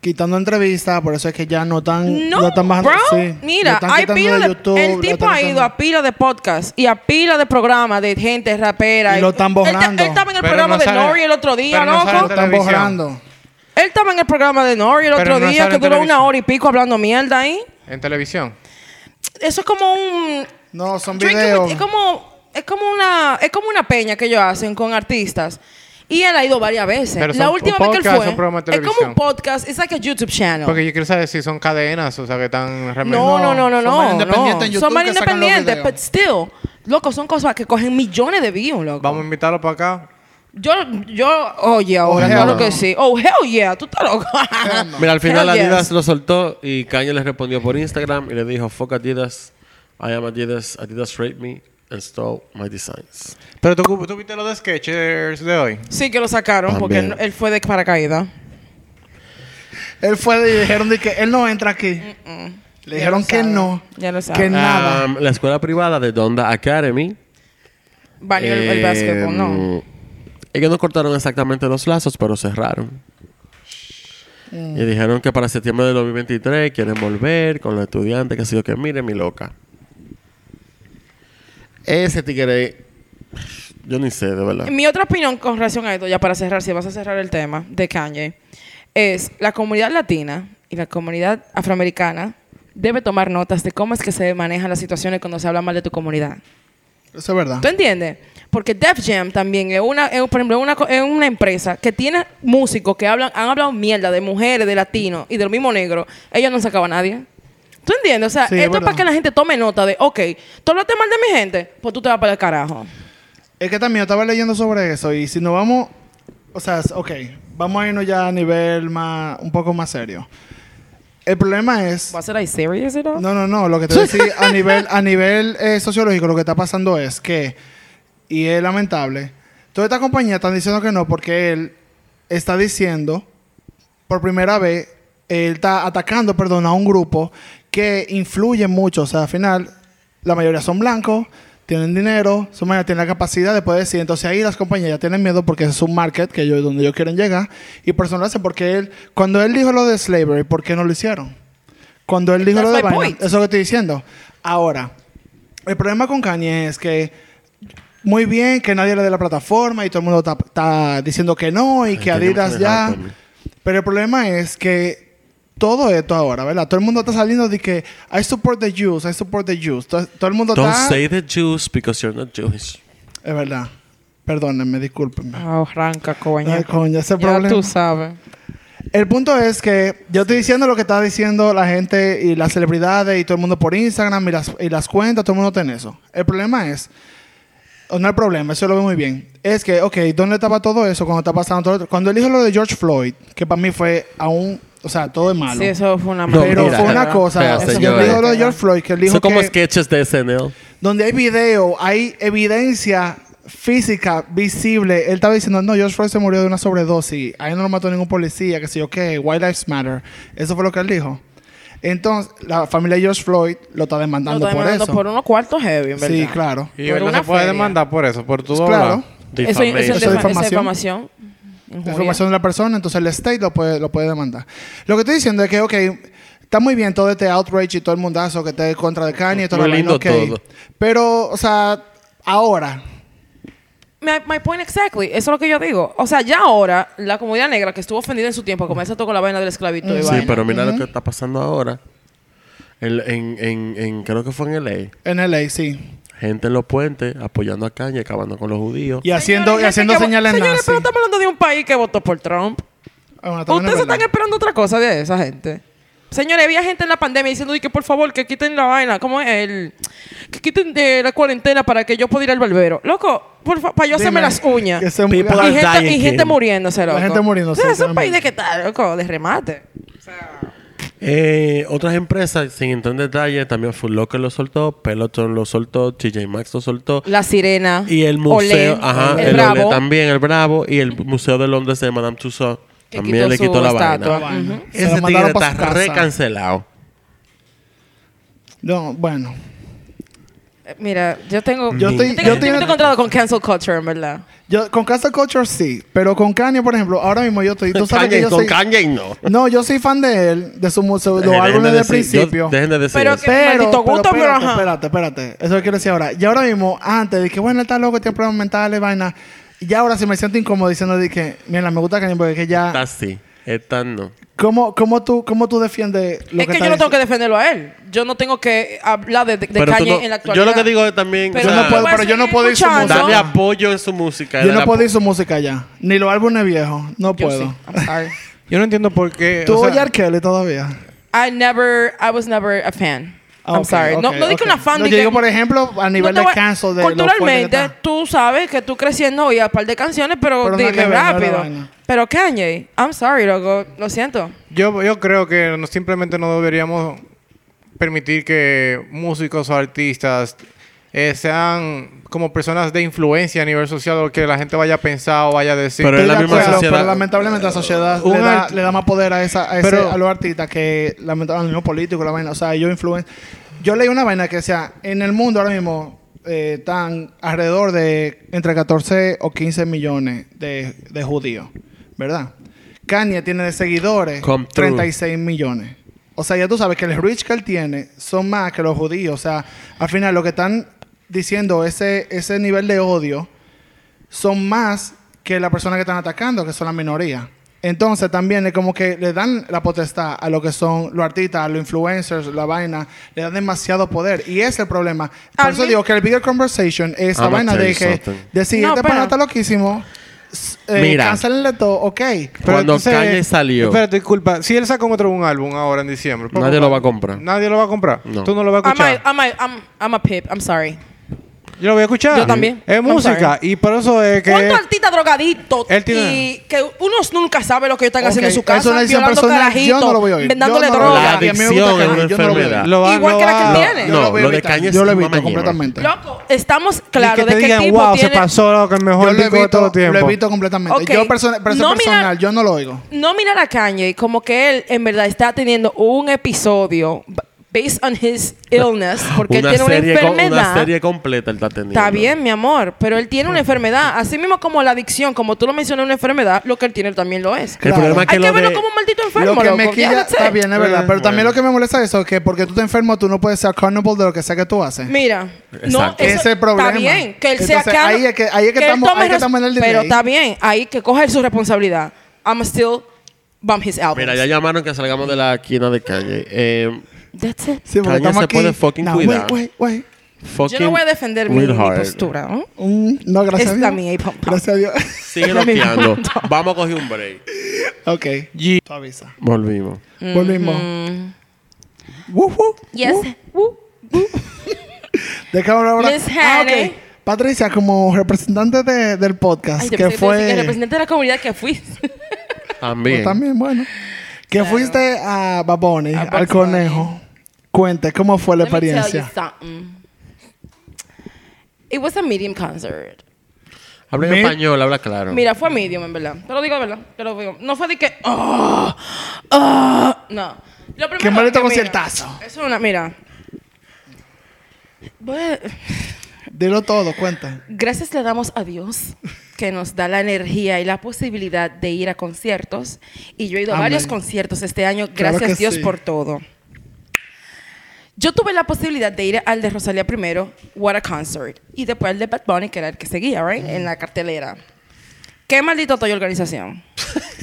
Speaker 3: quitando entrevistas, por eso es que ya no están,
Speaker 2: No,
Speaker 3: lo están bajando,
Speaker 2: bro.
Speaker 3: sí. Lo
Speaker 2: mira,
Speaker 3: están
Speaker 2: hay
Speaker 3: quitando
Speaker 2: pila de,
Speaker 3: YouTube,
Speaker 2: el
Speaker 3: lo
Speaker 2: tipo
Speaker 3: están
Speaker 2: ha ido
Speaker 3: quitando-
Speaker 2: a pila de podcast y a pila de programas de gente rapera.
Speaker 3: Y lo están
Speaker 2: Él ta-
Speaker 3: borrando.
Speaker 2: Él, estaba en el
Speaker 5: Pero
Speaker 2: programa
Speaker 5: no
Speaker 2: de
Speaker 5: sale-
Speaker 2: Nori el otro día,
Speaker 5: pero no sale
Speaker 3: Lo
Speaker 2: loco.
Speaker 5: en
Speaker 3: están
Speaker 5: televisión.
Speaker 3: borrando.
Speaker 2: él estaba en el programa de Nori el
Speaker 5: Pero
Speaker 2: otro
Speaker 5: no
Speaker 2: día,
Speaker 5: sale
Speaker 2: que
Speaker 5: en
Speaker 2: duró
Speaker 5: televisión.
Speaker 2: una hora y pico hablando mierda ahí.
Speaker 5: En televisión.
Speaker 2: Eso es como un...
Speaker 3: No, son
Speaker 2: Drinking with-
Speaker 3: videos.
Speaker 2: es como... Es como, una, es como una peña que ellos hacen con artistas. Y él ha ido varias veces.
Speaker 5: Pero
Speaker 2: la
Speaker 5: son
Speaker 2: última vez que
Speaker 5: podcasts, son
Speaker 2: él fue.
Speaker 5: programas de
Speaker 2: Es como un
Speaker 5: televisión.
Speaker 2: podcast. Es like a YouTube channel.
Speaker 5: Porque yo quiero saber si son cadenas, o sea, que están
Speaker 2: No, no, no, no,
Speaker 3: Son más
Speaker 2: no.
Speaker 3: independientes en
Speaker 2: no.
Speaker 3: YouTube
Speaker 2: Son más
Speaker 3: que sacan los
Speaker 2: independientes,
Speaker 3: videos.
Speaker 2: but still. Loco, son cosas que cogen millones de views, loco.
Speaker 5: Vamos a invitarlo para acá.
Speaker 2: Yo, yo, oye, ahora,
Speaker 3: Oh, hell
Speaker 2: claro
Speaker 4: no.
Speaker 2: que sí. Oh, hell yeah, tú estás loco.
Speaker 4: Mira, al final
Speaker 2: Hell yes.
Speaker 4: Adidas lo soltó y Kanye le respondió por Instagram y le dijo, fuck Adidas, I am Adidas, Adidas raped me and stole my designs.
Speaker 5: Pero tú, tú viste lo de Skechers de hoy.
Speaker 2: Sí, que lo sacaron porque él,
Speaker 4: También.
Speaker 2: él fue de paracaídas.
Speaker 3: Él fue y dijeron de que él no entra aquí. Le dijeron
Speaker 2: lo
Speaker 3: que
Speaker 2: sabe.
Speaker 3: no.
Speaker 2: Mm, Ya lo
Speaker 3: Que
Speaker 2: saben.
Speaker 3: nada.
Speaker 4: Um, la escuela privada de Donda Academy.
Speaker 2: Baño el,
Speaker 4: eh,
Speaker 2: el básquetbol,
Speaker 3: mm.
Speaker 2: no.
Speaker 4: Ellos no cortaron exactamente los lazos, pero cerraron.
Speaker 2: Eh.
Speaker 4: Y dijeron que para septiembre del 2023 quieren volver con los estudiantes, que ha sido que mire mi loca. Ese tigre, yo ni sé, de verdad.
Speaker 2: Mi otra opinión con relación a esto, ya para cerrar, si vas a cerrar el tema de Kanye, es la comunidad latina y la comunidad afroamericana debe tomar notas de cómo es que se manejan las situaciones cuando se habla mal de tu comunidad.
Speaker 3: Eso es verdad.
Speaker 2: ¿Tú entiendes? Porque Def Jam también es una, es, por ejemplo, una, co- es una empresa que tiene músicos que hablan, han hablado mierda de mujeres, de latinos y del mismo negro. Ellos no sacaban a nadie. ¿Tú entiendes? O sea,
Speaker 3: Sí, es
Speaker 2: esto es
Speaker 3: verdad.
Speaker 2: para que la gente tome nota de, ok, tú hablaste mal de mi gente, pues tú te vas para el carajo.
Speaker 3: Es que también yo estaba leyendo sobre eso y si nos vamos, o sea, s- ok, vamos a irnos ya a nivel más, un poco más serio. El problema es,
Speaker 2: ¿Was it I serious at all?
Speaker 3: no, no, no, lo que te decía a nivel, a nivel eh, sociológico lo que está pasando es que, y es lamentable, toda esta compañía están diciendo que no porque él está diciendo, por primera vez, él está atacando, perdón, a un grupo que influye mucho, o sea, al final la mayoría son blancos, tienen dinero, su mayoría tienen la capacidad de poder decir. Entonces ahí las compañías ya tienen miedo porque ese es un market que ellos, donde ellos quieren llegar. Y por eso no lo hacen. Porque él, cuando él dijo lo de slavery, ¿por qué no lo hicieron? Cuando él dijo
Speaker 2: That's
Speaker 3: lo
Speaker 2: my
Speaker 3: de vaina,
Speaker 2: point.
Speaker 3: eso es lo que estoy diciendo. Ahora, el problema con Kanye es que muy bien que nadie le dé la plataforma y todo el mundo está- está diciendo que no y que
Speaker 4: Ay, tenemos
Speaker 3: Adidas
Speaker 4: que dejar
Speaker 3: ya.
Speaker 4: por mí.
Speaker 3: Pero el problema es que todo esto ahora, ¿verdad? Todo el mundo está saliendo de que I support the Jews, I support the Jews. To- Todo, el mundo
Speaker 4: Don't
Speaker 3: está...
Speaker 4: say the Jews because you're not Jewish.
Speaker 3: Es verdad. Perdónenme, discúlpenme.
Speaker 2: Ah, arranca, coño.
Speaker 3: Ay, coño, ese
Speaker 2: ya
Speaker 3: problema.
Speaker 2: tú sabes.
Speaker 3: El punto es que yo estoy diciendo lo que está diciendo la gente y las celebridades y todo el mundo por Instagram y las, y las cuentas, todo el mundo tiene eso. El problema es, o no el problema, eso lo veo muy bien, es que, ok, ¿dónde estaba todo eso cuando está pasando todo esto? Cuando él dijo lo de George Floyd, que para mí fue aún, o sea, todo es malo.
Speaker 2: Sí, eso fue una
Speaker 4: No,
Speaker 2: maldita
Speaker 3: pero
Speaker 4: mira,
Speaker 3: fue una
Speaker 2: verdad.
Speaker 3: cosa,
Speaker 4: espera,
Speaker 3: eso que él
Speaker 4: señores.
Speaker 3: dijo lo de George Floyd, que él dijo
Speaker 4: Son como
Speaker 3: que-
Speaker 4: sketches de SNL.
Speaker 3: donde hay video, hay evidencia física visible. Él estaba diciendo, no, George Floyd se murió de una sobredosis. Ahí no lo mató ningún policía, que sé yo qué, White Lives Matter. Eso fue lo que él dijo. Entonces, la familia de George Floyd lo está
Speaker 2: Nos
Speaker 3: demandando
Speaker 2: estamos
Speaker 3: por
Speaker 2: hablando
Speaker 3: eso.
Speaker 2: por unos cuartos heavy, en verdad.
Speaker 3: sí, claro.
Speaker 5: Y
Speaker 2: Por
Speaker 5: él no
Speaker 2: una
Speaker 5: se puede
Speaker 2: feria.
Speaker 5: demandar por eso, por todo.
Speaker 3: Claro.
Speaker 2: Eso, eso,
Speaker 4: Defamation.
Speaker 2: es
Speaker 3: Eso es
Speaker 2: defa- esa es
Speaker 3: difamación.
Speaker 2: difamación.
Speaker 3: La
Speaker 2: Injuria.
Speaker 3: información de la persona, entonces el state lo puede, lo puede demandar. Lo que estoy diciendo es que, ok, está muy bien todo este outrage y todo el mundazo que está en contra de Kanye y todo
Speaker 4: Muy
Speaker 3: lo
Speaker 4: lindo todo.
Speaker 3: Pero, o sea, ahora,
Speaker 2: My, my point exactly. Eso es lo que yo digo. O sea, ya ahora, la comunidad negra que estuvo ofendida en su tiempo, como esa con la vaina de la esclavitud y
Speaker 4: Sí,
Speaker 2: vaina.
Speaker 4: pero mira lo que está pasando ahora. El- en, en, en- creo que fue en LA.
Speaker 3: en LA, sí.
Speaker 4: Gente en los puentes apoyando a Kanye, acabando con los judíos.
Speaker 3: Y haciendo,
Speaker 2: Señores,
Speaker 3: y
Speaker 2: gente
Speaker 3: haciendo
Speaker 2: que vo-
Speaker 3: señales
Speaker 2: Señores,
Speaker 3: nazis.
Speaker 2: pero estamos hablando de un país que votó por Trump.
Speaker 3: Ah, bueno, también
Speaker 2: Ustedes
Speaker 3: es
Speaker 2: están
Speaker 3: verdad.
Speaker 2: esperando otra cosa de esa gente. Señores, había gente en la pandemia diciendo "Di que por favor que quiten la vaina, ¿cómo es? El, que quiten de la cuarentena para que yo pueda ir al barbero. Loco, por fa- para yo hacerme
Speaker 3: Dime,
Speaker 2: las uñas.
Speaker 3: que se
Speaker 2: y,
Speaker 3: muera.
Speaker 4: are
Speaker 2: gente,
Speaker 4: dying,
Speaker 2: y gente
Speaker 4: Kim.
Speaker 2: muriéndose, loco.
Speaker 3: gente muriéndose,
Speaker 2: Sí, Es un
Speaker 3: literalmente.
Speaker 2: país de que tal, loco, de remate.
Speaker 4: Eh, otras empresas, sin entrar en detalle, también Foot Locker lo soltó, Peloton lo soltó, TJ Maxx lo soltó.
Speaker 2: La sirena.
Speaker 4: Y el
Speaker 2: Olé,
Speaker 4: museo, ajá,
Speaker 2: el,
Speaker 4: el, Olé
Speaker 2: Bravo.
Speaker 4: también, el Bravo, y el Museo de Londres de Madame Tussauds
Speaker 2: Que
Speaker 4: también
Speaker 2: quitó
Speaker 4: le
Speaker 2: su
Speaker 4: quitó la
Speaker 2: estatua.
Speaker 4: vaina.
Speaker 3: Ujú. Se la
Speaker 4: Ese tigre
Speaker 3: mandaron pa'
Speaker 4: está
Speaker 3: su casa.
Speaker 4: recancelado.
Speaker 3: No, bueno.
Speaker 2: Eh, Mira, yo tengo.
Speaker 3: Yo estoy-
Speaker 2: tengo,
Speaker 3: yo
Speaker 2: yo tengo
Speaker 3: tengo-
Speaker 2: encontrado con cancel culture, en verdad.
Speaker 3: Yo, con Casa Culture sí, pero con Kanye, por ejemplo, ahora mismo yo estoy. Tú sabes que
Speaker 4: Kanye,
Speaker 3: yo
Speaker 4: con
Speaker 3: soy.
Speaker 4: Kanye no.
Speaker 3: No, yo soy fan de él, de su museo, los
Speaker 4: Dejen de
Speaker 3: álbumes del
Speaker 4: decir- yo-
Speaker 3: principio.
Speaker 4: Dejen de decir
Speaker 2: Pero
Speaker 4: eso.
Speaker 2: que- Maldito
Speaker 3: pero
Speaker 2: gusto, pero
Speaker 3: espérate,
Speaker 2: ajá.
Speaker 3: espérate, espérate. Eso quiero decir ahora. Y ahora mismo, antes de que bueno, él está loco, tiene problemas mentales, vaina. Y ya ahora sí me siento incómodo diciendo de que, mira, me gusta Kanye porque que ya.
Speaker 4: Estas sí, estas no.
Speaker 3: ¿Cómo, cómo, tú, cómo tú defiendes lo
Speaker 2: es que,
Speaker 3: está
Speaker 2: yo no tengo que
Speaker 3: dici-
Speaker 2: defenderlo a él. Yo no tengo que hablar de, de
Speaker 4: Pero tú
Speaker 2: Kanye
Speaker 4: no-
Speaker 2: en la
Speaker 4: Yo
Speaker 2: actualidad.
Speaker 4: lo que digo es también,
Speaker 2: Pero
Speaker 4: o
Speaker 3: yo
Speaker 4: sea,
Speaker 3: no puedo- pero yo no puedo ir su
Speaker 2: escuchando.
Speaker 3: música.
Speaker 4: darle
Speaker 3: no.
Speaker 4: apoyo en su música.
Speaker 3: Yo
Speaker 4: darle
Speaker 3: no puedo
Speaker 4: apo-
Speaker 3: ir su música ya, ni los álbumes viejos, no
Speaker 2: Yo
Speaker 3: puedo.
Speaker 2: sí, I'm sorry.
Speaker 5: Yo no entiendo por qué.
Speaker 3: Tú
Speaker 5: o sea,
Speaker 3: oyes a R. Kelly todavía.
Speaker 2: I never, I was never a fan.
Speaker 3: Ah,
Speaker 2: I'm
Speaker 3: ok,
Speaker 2: sorry. No,
Speaker 3: ok,
Speaker 2: no di que
Speaker 3: ok.
Speaker 2: una fan
Speaker 3: No,
Speaker 2: di
Speaker 3: yo
Speaker 2: que-
Speaker 3: digo, por ejemplo, a nivel
Speaker 2: No te
Speaker 3: de
Speaker 2: voy-
Speaker 3: cancel de lo fuerte que
Speaker 2: Culturalmente,
Speaker 3: está.
Speaker 2: tú sabes que tú creciendo oías un par de canciones, pero,
Speaker 3: Pero no
Speaker 2: dime
Speaker 3: tiene que ver, no es la
Speaker 2: rápido.
Speaker 3: vaina.
Speaker 2: Pero Kanye, I'm sorry, loco. Lo siento.
Speaker 5: Yo, yo creo que no- simplemente no deberíamos permitir que músicos o artistas eh, sean como personas de influencia a nivel social o que la gente vaya a pensar o vaya a decir.
Speaker 4: Pero es
Speaker 3: Estoy
Speaker 4: la
Speaker 3: de
Speaker 4: misma
Speaker 3: acuerdo,
Speaker 4: sociedad.
Speaker 3: Pero lamentablemente la sociedad
Speaker 5: Un
Speaker 3: le da,
Speaker 5: art-
Speaker 3: le da más poder a, esa, a, ese-
Speaker 5: Pero-
Speaker 3: a los artistas que lamentablemente los políticos, la vaina. O sea, ellos influyen. Yo leí una vaina que decía, en el mundo ahora mismo eh, están alrededor de entre 14 o 15 millones de, de judíos, ¿verdad? Kanye tiene de seguidores
Speaker 4: Come true.
Speaker 3: 36 millones. O sea, ya tú sabes que el rich que él tiene son más que los judíos. O sea, al final lo que están diciendo, ese, ese nivel de odio, son más que la persona que están atacando, que son la minoría. Entonces también es como que le dan la potestad a lo que son los artistas, a los influencers, la vaina, le dan demasiado poder. Y ese es el problema. Por
Speaker 2: Al
Speaker 3: eso
Speaker 2: mi-
Speaker 3: digo que el bigger conversation es la
Speaker 4: I'ma
Speaker 3: vaina
Speaker 4: tell
Speaker 3: de
Speaker 4: you
Speaker 3: que
Speaker 4: something.
Speaker 3: decir,
Speaker 2: No,
Speaker 3: este
Speaker 2: pero-
Speaker 3: pana está loquísimo, s- eh,
Speaker 4: Mira.
Speaker 3: cancelenle todo, ok.
Speaker 5: Pero
Speaker 4: Cuando
Speaker 5: entonces-
Speaker 4: Kanye salió.
Speaker 5: Espérate, disculpa. Si él saca otro un álbum ahora en diciembre. ¿por
Speaker 4: Nadie
Speaker 5: qué?
Speaker 4: lo va a comprar.
Speaker 5: Nadie lo va a comprar.
Speaker 4: No.
Speaker 5: Tú no lo vas a
Speaker 2: I'm
Speaker 5: escuchar.
Speaker 2: a, I'm, a, I'm, I'm a pip. I'm sorry.
Speaker 5: Yo lo voy a escuchar.
Speaker 2: Yo también.
Speaker 5: Es
Speaker 2: I'm
Speaker 5: música. Y por eso es que.
Speaker 2: ¿Cuántos artistas drogadictos
Speaker 5: Él tiene-
Speaker 2: y que uno nunca sabe lo que están
Speaker 3: Ok,
Speaker 2: haciendo en su
Speaker 3: eso
Speaker 2: casa?
Speaker 3: no es decisión
Speaker 2: violando
Speaker 3: personal, yo
Speaker 2: carajitos,
Speaker 3: no lo voy a oír.
Speaker 2: Vendándole
Speaker 3: Yo no lo voy a
Speaker 2: droga.
Speaker 3: oír.
Speaker 4: La
Speaker 3: a mí me
Speaker 4: adicción
Speaker 3: gusta
Speaker 4: es
Speaker 3: Kanye,
Speaker 4: una
Speaker 3: yo no lo voy a
Speaker 4: enfermedad.
Speaker 3: ver.
Speaker 5: Lo va-
Speaker 2: Igual
Speaker 5: lo
Speaker 2: que la que
Speaker 5: va-
Speaker 2: él tiene.
Speaker 3: Yo
Speaker 4: No,
Speaker 3: voy a
Speaker 4: lo de
Speaker 3: evitar.
Speaker 4: Kanye
Speaker 3: Yo
Speaker 4: es
Speaker 3: lo
Speaker 4: mi
Speaker 3: evito
Speaker 4: mamá
Speaker 3: completamente.
Speaker 2: Loco, estamos
Speaker 5: Ni
Speaker 2: claros
Speaker 5: que
Speaker 2: de
Speaker 5: te
Speaker 2: que el
Speaker 5: digan,
Speaker 2: tipo
Speaker 5: wow,
Speaker 2: tiene...
Speaker 5: se pasó lo que el
Speaker 3: Yo
Speaker 5: mejor
Speaker 3: lo
Speaker 5: disco de todo
Speaker 3: evito,
Speaker 5: el tiempo.
Speaker 3: lo evito completamente.
Speaker 2: Ok.
Speaker 3: Yo perso- pero eso
Speaker 2: No, mira-
Speaker 3: personal, yo no lo oigo.
Speaker 2: no mirar a Kanye como que él en verdad está teniendo un episodio b- based on his illness porque él tiene una
Speaker 4: serie con-
Speaker 2: enfermedad.
Speaker 4: una serie completa él está teniendo.
Speaker 2: Está bien, mi amor, pero él tiene una enfermedad. Así mismo como la adicción, como tú lo mencionas, una enfermedad, lo que él tiene también lo es.
Speaker 4: El
Speaker 3: Claro.
Speaker 4: problema es que
Speaker 2: Hay que
Speaker 4: lo
Speaker 2: verlo
Speaker 4: de-
Speaker 2: como un maldito enfermo.
Speaker 3: lo que me
Speaker 2: loco. Ya,
Speaker 3: quilla
Speaker 2: that's it.
Speaker 3: está bien, es verdad.
Speaker 5: Eh,
Speaker 3: pero también
Speaker 5: bueno.
Speaker 3: lo que me molesta de eso es que porque tú te enfermas, tú no puedes ser accountable de lo que sea que tú haces.
Speaker 2: Mira, no,
Speaker 4: Exacto.
Speaker 2: eso
Speaker 3: Ese es el problema.
Speaker 2: Está bien, que él
Speaker 3: Entonces,
Speaker 2: sea acá.
Speaker 3: ahí es que- ahí es que estamos- ahí es que estamos en el delay.
Speaker 2: Pero está bien, ahí que coger su responsabilidad. I'm still bump his album.
Speaker 4: Mira, ya llamaron que salgamos de la esquina de Kanye. Eh,
Speaker 2: That's it.
Speaker 3: Sí,
Speaker 4: Kanye se puede fucking
Speaker 3: No,
Speaker 4: cuidar.
Speaker 3: wait, wait, wait.
Speaker 4: fucking
Speaker 2: Yo no voy a defender mi, mi
Speaker 4: sweetheart.
Speaker 2: postura. ¿no?
Speaker 3: Mm, no, gracias
Speaker 2: Es
Speaker 3: a Dios.
Speaker 2: la mía, y pam, pam.
Speaker 3: Gracias a Dios.
Speaker 4: Sigue loqueando. Vamos a coger un break.
Speaker 3: ok.
Speaker 5: Y-
Speaker 3: Tú avisa.
Speaker 4: Volvimos.
Speaker 3: Volvimos.
Speaker 2: Mm.
Speaker 3: Wuhu.
Speaker 2: Yes.
Speaker 3: ¿De qué vamos a hablar?
Speaker 2: Miss
Speaker 3: Ah, ok.
Speaker 2: Honey.
Speaker 3: Patricia, como representante de- del podcast,
Speaker 2: Ay, yo
Speaker 3: que
Speaker 2: pensé que decía que
Speaker 3: fue...
Speaker 2: representante de la comunidad que fui.
Speaker 4: También.
Speaker 3: Pues también, bueno. Que fuiste a Baboni,
Speaker 2: A
Speaker 3: al
Speaker 2: Bugs
Speaker 3: conejo. Cuente, ¿cómo fue la
Speaker 2: Let me tell you
Speaker 3: experiencia?
Speaker 2: something. It was a medium concert.
Speaker 4: Habla en
Speaker 3: Me-
Speaker 4: español, habla claro.
Speaker 2: Mira, fue medium, en verdad. Te lo digo de verdad. Te lo digo. No fue de que. "Ah, ah", no. Lo primero
Speaker 3: Qué maldito
Speaker 2: que, mira,
Speaker 3: conciertazo.
Speaker 2: Eso es una. Mira. Voy a-
Speaker 3: Dilo todo, cuenta.
Speaker 2: Gracias le damos a Dios que nos da la energía y la posibilidad de ir a conciertos. Y yo he ido a
Speaker 3: Amén.
Speaker 2: varios conciertos este año.
Speaker 3: Claro
Speaker 2: Gracias
Speaker 3: que
Speaker 2: Dios
Speaker 3: sí.
Speaker 2: por todo. Yo tuve la posibilidad de ir al de Rosalía primero, What a Concert, y después al de Bad Bunny, que era el que seguía, right? En la cartelera. Qué maldito toy organización.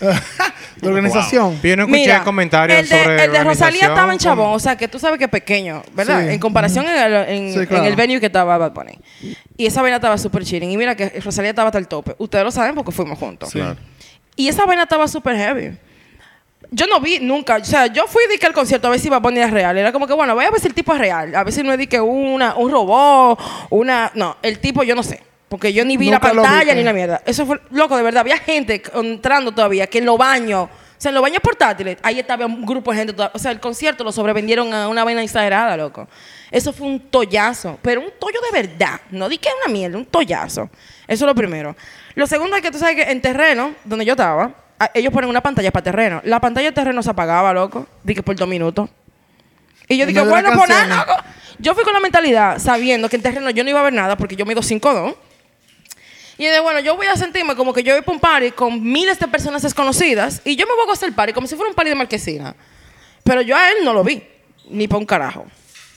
Speaker 3: La organización.
Speaker 5: Yo no escuché
Speaker 2: Mira,
Speaker 5: comentarios
Speaker 2: el de,
Speaker 5: sobre
Speaker 2: el de Rosalía
Speaker 5: organización. Mm.
Speaker 2: estaba en Chabón, o sea que tú sabes que pequeño, ¿verdad?
Speaker 3: Sí.
Speaker 2: En comparación en, el, en-
Speaker 3: Sí,
Speaker 2: en
Speaker 3: claro.
Speaker 2: el venue que estaba Bad Bunny. Y esa vaina estaba súper chilling. Y mira que Rosalía estaba hasta el tope. Ustedes lo saben porque fuimos juntos.
Speaker 4: Claro.
Speaker 2: Y esa vaina estaba súper heavy. Yo no vi nunca, o sea, yo fui de que al concierto a ver si Bad Bunny era real. Era como que, bueno, voy a ver si el tipo es real. A ver si no es de que una, un robot, una. No, el tipo, yo no sé. Porque yo ni vi
Speaker 3: Nunca lo
Speaker 2: la pantalla
Speaker 3: viste.
Speaker 2: ni la mierda. Eso fue, loco, de verdad. Había gente entrando todavía que en los baños, o sea, en los baños portátiles, ahí estaba un grupo de gente. toda- o sea, el concierto lo sobrevendieron a una vaina exagerada, loco. Eso fue un tollazo, pero un tollo de verdad. No di que una mierda, un tollazo. Eso es lo primero. Lo segundo es que tú sabes que en terreno, donde yo estaba, a- ellos ponen una pantalla para terreno. La pantalla de terreno se apagaba, loco. Di que por dos minutos. Y yo
Speaker 3: En
Speaker 2: dije,
Speaker 3: medio de
Speaker 2: bueno,
Speaker 3: las
Speaker 2: pues nada,
Speaker 3: canciones.
Speaker 2: loco. Yo fui con la mentalidad, sabiendo que en terreno yo no iba a ver nada, porque yo mido 5'2". Y de bueno, yo voy a sentirme como que yo voy para un party con miles de personas desconocidas y yo me voy a gozar el party como si fuera un party de marquesina. Pero yo a él no lo vi, ni para un carajo.